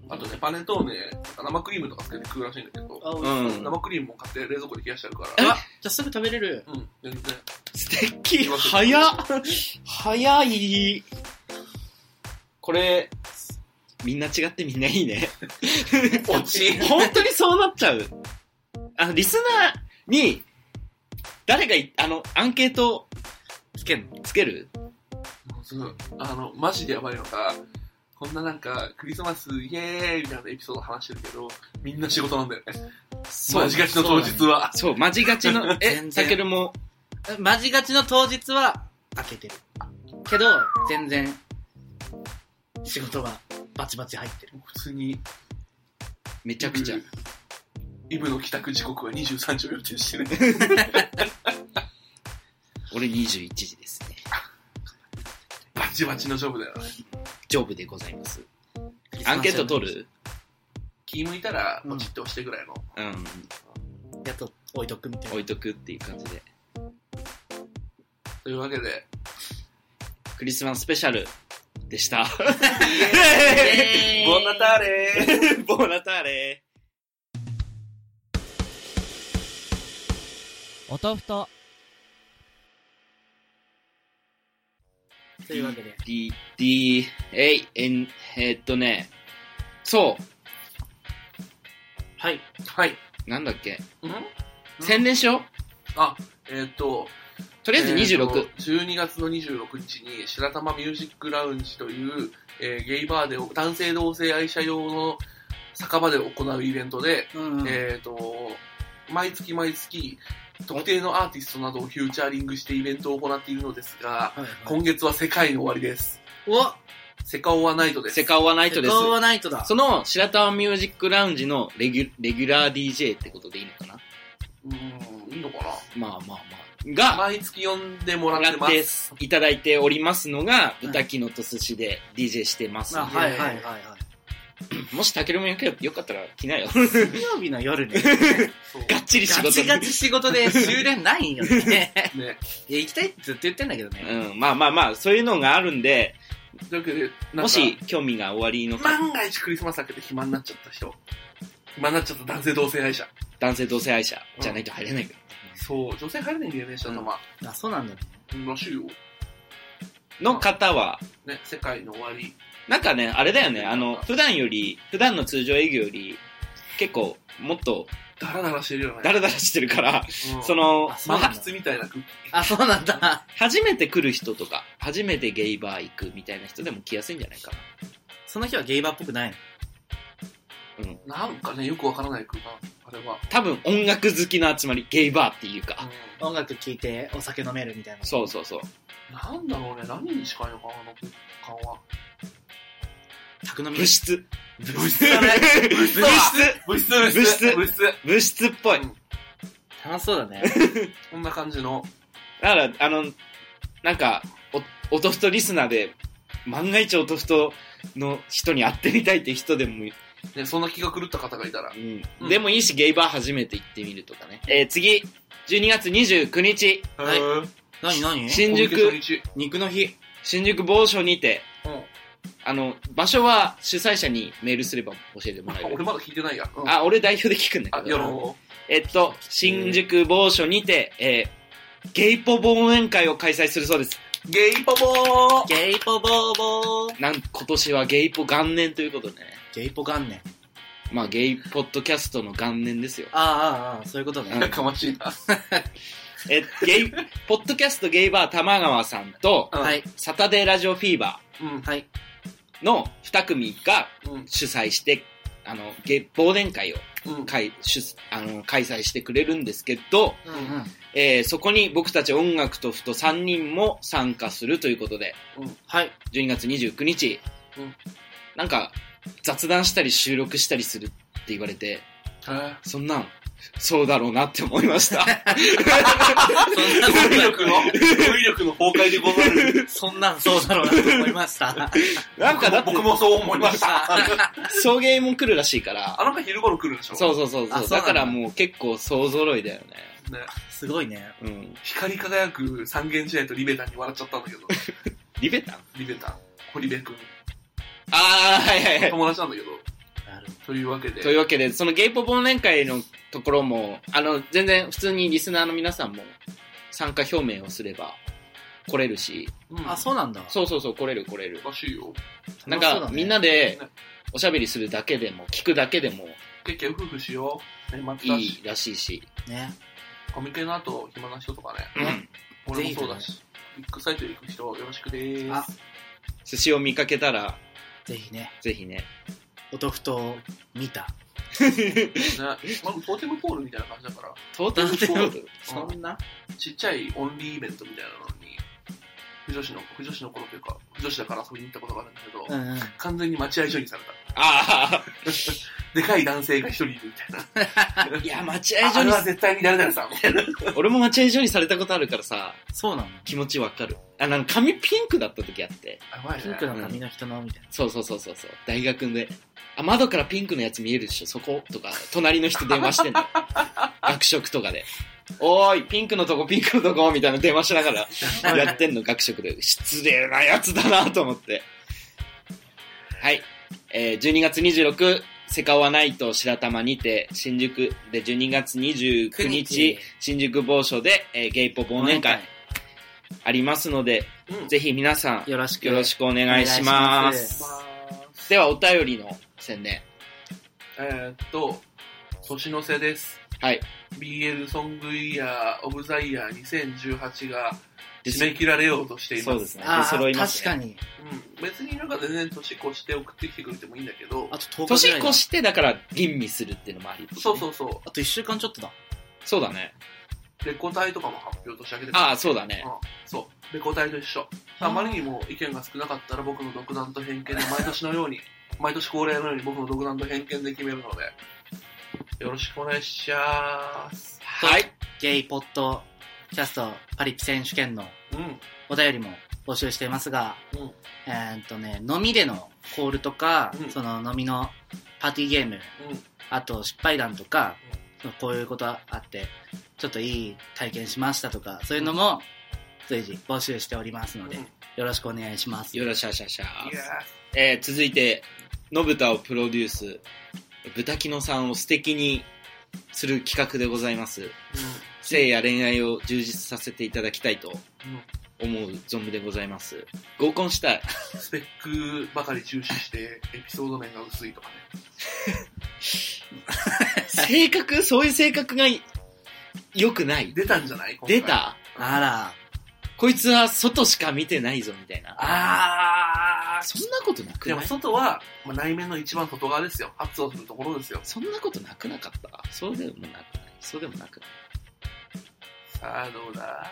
あとね、パネットーネ、生クリームとかつけて食うらしいんだけど、
あ、
う
うんん。
生クリームも買って冷蔵庫で冷やしてあるか
あ、
ら。
じゃあすぐ食べれる。
うん、全然。
素敵早っ早いこれ、みんな違ってみんないいね。
落ち。
本当にそうなっちゃう。あの、リスナーに、誰がい、あの、アンケート
つけんの
つける
もうすごい あの、マジでやばいのが、こんななんか、クリスマスイエーイみたいなエピソード話してるけど、みんな仕事なんだよね。
そ
マジガチの当日は。
そう、マジガチ の、え、
全然
たけるも、
えマジガチの当日は、開けてる。けど、全然、仕事がバチバチ入ってる。
普通に、
めちゃくちゃ。
イブの帰宅時刻は23時を予定してね。
俺21時ですね。
バチバチの勝負だよね。
ジョブでございます。アンケート取る
気向いたら、ポチッと押してぐらいの。
うん、
やっと置いとくみたいな
置。いとくっていう感じで。
というわけで、
クリスマススペシャルでした。
ボンナターレー
ボーナターレー。
お豆腐と
というわけで。
D、D、A、N、えーっとね、そ
はい。
はい。
う、なんだっけ、
うん
宣伝しよう。
あ、えーっと、
とりあえず26。
えーと12月の26日に、白玉ミュージックラウンジという、えーゲイバーで、男性同性愛者用の酒場で行うイベントで、
うんうん。
えーっと、毎月毎月、特定のアーティストなどをフューチャーリングしてイベントを行っているのですが、
はいはい
今月は世界の終わりです。
お
セカオワナイトです。
セカオワナイトです。
今日はナイトだ。
その、白玉ミュージックラウンジのレギュレギュラー DJ ってことでいいのかな
うーん、いいのか
まあまあまあ。
な
が、
毎月呼んでもら
も
っ
ら
てま
って
す。
いただいておりますのが、
うん
豚キノと寿司で DJ してます
あ、
んで、
はいはいはいはい。
もしタケルもよけよかったら来なよ。
金曜日の夜ね。
そう
がっちり仕事
ガチガチ仕事で終電ないんよね。
ね。
いや、行きたいってずっと言ってんだけどね。
うん、まあまあまあ、そういうのがあるんで、
というわけで、なんか
もし興味が終わりの方
万が一クリスマス明けて暇になっちゃった人暇になっちゃった男性同性愛者
男性同性愛者じゃないと入れないから、
そう女性入れないんだよね白玉、
あ、そうなんだね。
うん、らしいよ、
の方は、
ね、世界の終わり
なんかね、あれだよね、あの、普段より、普段の通常営業より、結構、もっと、
ダラダラしてるよね
ダラダラしてるから、
うん
その
あ、そ
満
うなんだ
喫みたいな空気
あ、そうなんだ。
初めて来る人とか、初めてゲイバー行くみたいな人でも来やすいんじゃないかな。
その日はゲイバーっぽくないの
なんかねよくわからない空間あれは、
多分、音楽好きの集まり、ゲイバーっていうか、
う
音楽聴いてお酒飲めるみたいな。
そうそうそう。
ん、なんだろうね何に近いのかなあの空間は
宅飲み
物質。
物質
だね
物質
物質
物質物質
物質
物質
物質っぽい。
楽しそうだね。
こんな感じの
だから、あの、なんか、お、おとふとリスナーで、万が一おとふとの人に会ってみたいって人でも、
ねそんな気が狂った方がいたら
うん、でもいいし、ゲイバー初めて行ってみるとかね。えー、次、12月29日、
はい
うん
なになに
新
コミュ
宿、
ニケーション
肉の日。
新宿某所にて、
1うん
あの、場所は主催者にメールすれば教えてもら
あ
える
俺。まだ聞いてないや、うん
あ、俺代表で聞くんだ
あ
け
や
ど、
ろ
えっと、新宿某所にて、えーゲイポ忘年会を開催するそうです。
ゲイポボー
ゲイポボーボー。
なん、今年はゲイポ元年ということでね。
ゲイポ元年。
まあ、ゲイポッドキャストの元年ですよ。
ああ、ああ、ああ、そういうことね。
やかましいな。
え、ゲイ、ポッドキャストゲイバー玉川さんと、
うん
はい。
サタデーラジオフィーバ
うん。
はい。
ーの2組が
うん。
主催して、あの、ゲ忘年会を
うん。
開主あの開催してくれるんですけど、
う。
うんん。
えーそこに僕たち音楽とふと3人も参加するということで、
はい。
12月29日、
うん
なんか雑談したり収録したりするって言われて、
え
そんなん、そうだろうなって思いま した。
ー語彙力の、語彙力の崩壊でござる。
そんなんそうだろうなと思いま した。
なんかだって
僕、もそう思いました。
送迎も来るらしいから
あ、の子昼頃来るでしょ
そうそうそう
あ
そう、
そう
だ
なん
か
だ
らもう結構総揃いだよね。
ね。
すごいね。
うん。
光り輝く三軒茶屋とリベタンに笑っちゃったんだけど、
リベタン
リベタン、堀部君、
あー、はいはいはい。
友達なんだけど、
なる
というわけで、
というわけで、そのゲイポ忘年会のところも、あの、全然普通にリスナーの皆さんも参加表明をすれば来れるし、
うん、
あ、そうなんだ。
そうそうそう、来れる来れる。
らしいよ。
なん
楽しそうだ
か、
ね
みんなでおしゃべりするだけでも、聞くだけでも
ケッキャ夫婦しよう。年末だ
いい
し、
らしいし、
ね。
コミケの後、暇な人とかね、
うん
俺もそうだし、ビッグサイト行く人、よろしくでー
あ
す。
寿司を見かけたら、
ぜひね、
ぜひね。
お豆腐と見た。
ね、まあ、トーテムポールみたいな感じだから、
トータルコール
そ
んな
ちっちゃいオンリーイベントみたいなのに、不女子の、不女子の頃というか、不女子だから遊びに行ったことがあるんだけど、
うんうん。
完全に待合所にされた。
あ
でかい男性が一人いるみたいな。
あ、いや、待合
あ
所
あれ
に、
は絶対に誰々さんみたいな。
俺も待合所にされたことあるからさ、
そうなの。
気持ちわかる。あ、なんか髪ピンクだった時あって。
やばいね。
ピンクの髪の人のみたいな。
そうそうそうそうそう。大学で。あ、窓からピンクのやつ見えるでしょ、そことか、隣の人電話してんの。学食とかで。おーい、ピンクのとこ、ピンクのとこ、みたいな電話しながらやってんの、学食で。失礼なやつだなと思って。はい。えー、12月26、セカオワナイト白玉にて、新宿で12月29日、新宿某所で、えーゲイポ忘年会ありますので、
うん
ぜひ皆さん、
よろしく。
よろしくお願いします。
まあ
ではお便りの宣伝
えーっと、年の瀬です。
はい。
BL ソングイヤー、オブザイヤー2018が
です
締め切られようとしています。
そうですね
あ
出揃い
ー
ます
確
ね
かに。
うん。別になんか全然年越して送ってきてくれてもいいんだけど
あ、と10日
年
ぐらいだ
越してだから吟味するっていうのもあり
そうそうそ
あと1週間ちょっとだ。
そうだね
う。レコ大とかも発表としてあげて
ああそうだね
そう。レコ大と一緒。あまりにも意見が少なかったら僕の独断と偏見で毎年のように、 毎年恒例のように僕の独断と偏見で決めるので、よろしくお願いします。
はい
ゲイポッドキャストパリピ選手権の
うん。
お便りも募集していますが、
うん
えーっとね、飲みでのコールとか、
うん
その飲みのパーティーゲーム、
うん
あと失敗談とか、こういうことあって、ちょっといい体験しましたとか、そういうのも随時募集しておりますので、
うん
よろしくお願いします。
よろしゃしゃしゃ
いや
えー、続いてのぶたをプロデュース豚キノさんを素敵にする企画でございます
ー
性や恋愛を充実させていただきたいと
うん。
思う存分でございます合コンしたい
うん。スペックばかり重視して、エピソード面が薄いとかね。
性格そういう性格が良くない
出たんじゃない今回
出た
あら、
こいつは外しか見てないぞみたいな
あ
そんなことな
ー
く
で
な
も
い
外は、まあ、内面の一番外側ですよ。発をするところですよ。
そんなことなくなかったそうでもなくないそうでもなくない
さあ、どうだ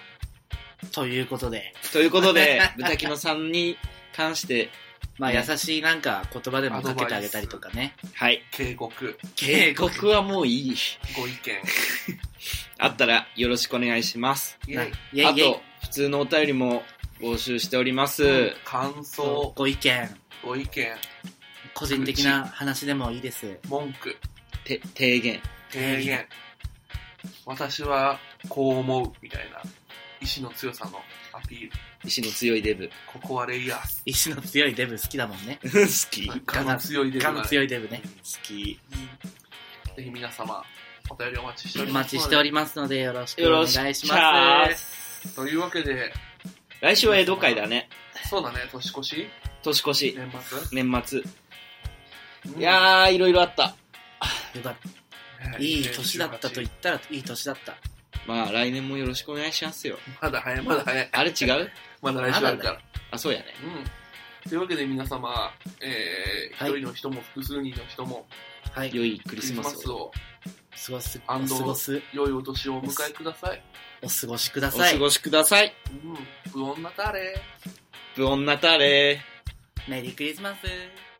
ということで、
ということで、 豚キノさんに関して、
まあ、
ね
優しいなんか言葉でもかけてあげたりとかね。
はい。
警告、
警告はもういい。
ご意
あったらよろしくお願いします。
見はい
イェ
あ
イイェイ
と、普通のお便りも募集しております。
見、感想、
ご意見、
ご意見、
個人的な話でもいいです。
文句、
て、提言。
提言。私はこう思うみたいな意志の強さのアピール。
石の強いデブ。
ここはレイヤース。
意志の強いデブ好きだもんね。
好き。好
ガの強いデブ
ガ
が
の
ね。
強いデブね。
き。
ぜひ皆様、お便りお待ちしており
お
ます。
待ちしておりますので、よろしく
よ
お
ろしく
願いします。
ます。というわけで、
来週は江戸会だね。
そうだね、年越し
年越し、
年末、
年末。
うん
いやー、いろいろあった。
よかった
ね
いい年だったと言ったら、いい年だった。
まあ、来年もよろしくお願いしますよ。
まだ早い、まだ早い。
あれ違う
まだ来週あるから。
あ、そうやね。
うん。というわけで皆様、えー、一、
はい
人の人も複数人の人も、
はい。
良いク
ク
リ
リス
スマ
マ
ス
ス
を。
を
過ごす、お
安藤
過ごす、
良いお年をお迎えください。
お過ごしくだ
お
さ
過
い。
ごしください。
うん。不穏なタレ
不穏なたれ。
メリークリスマス。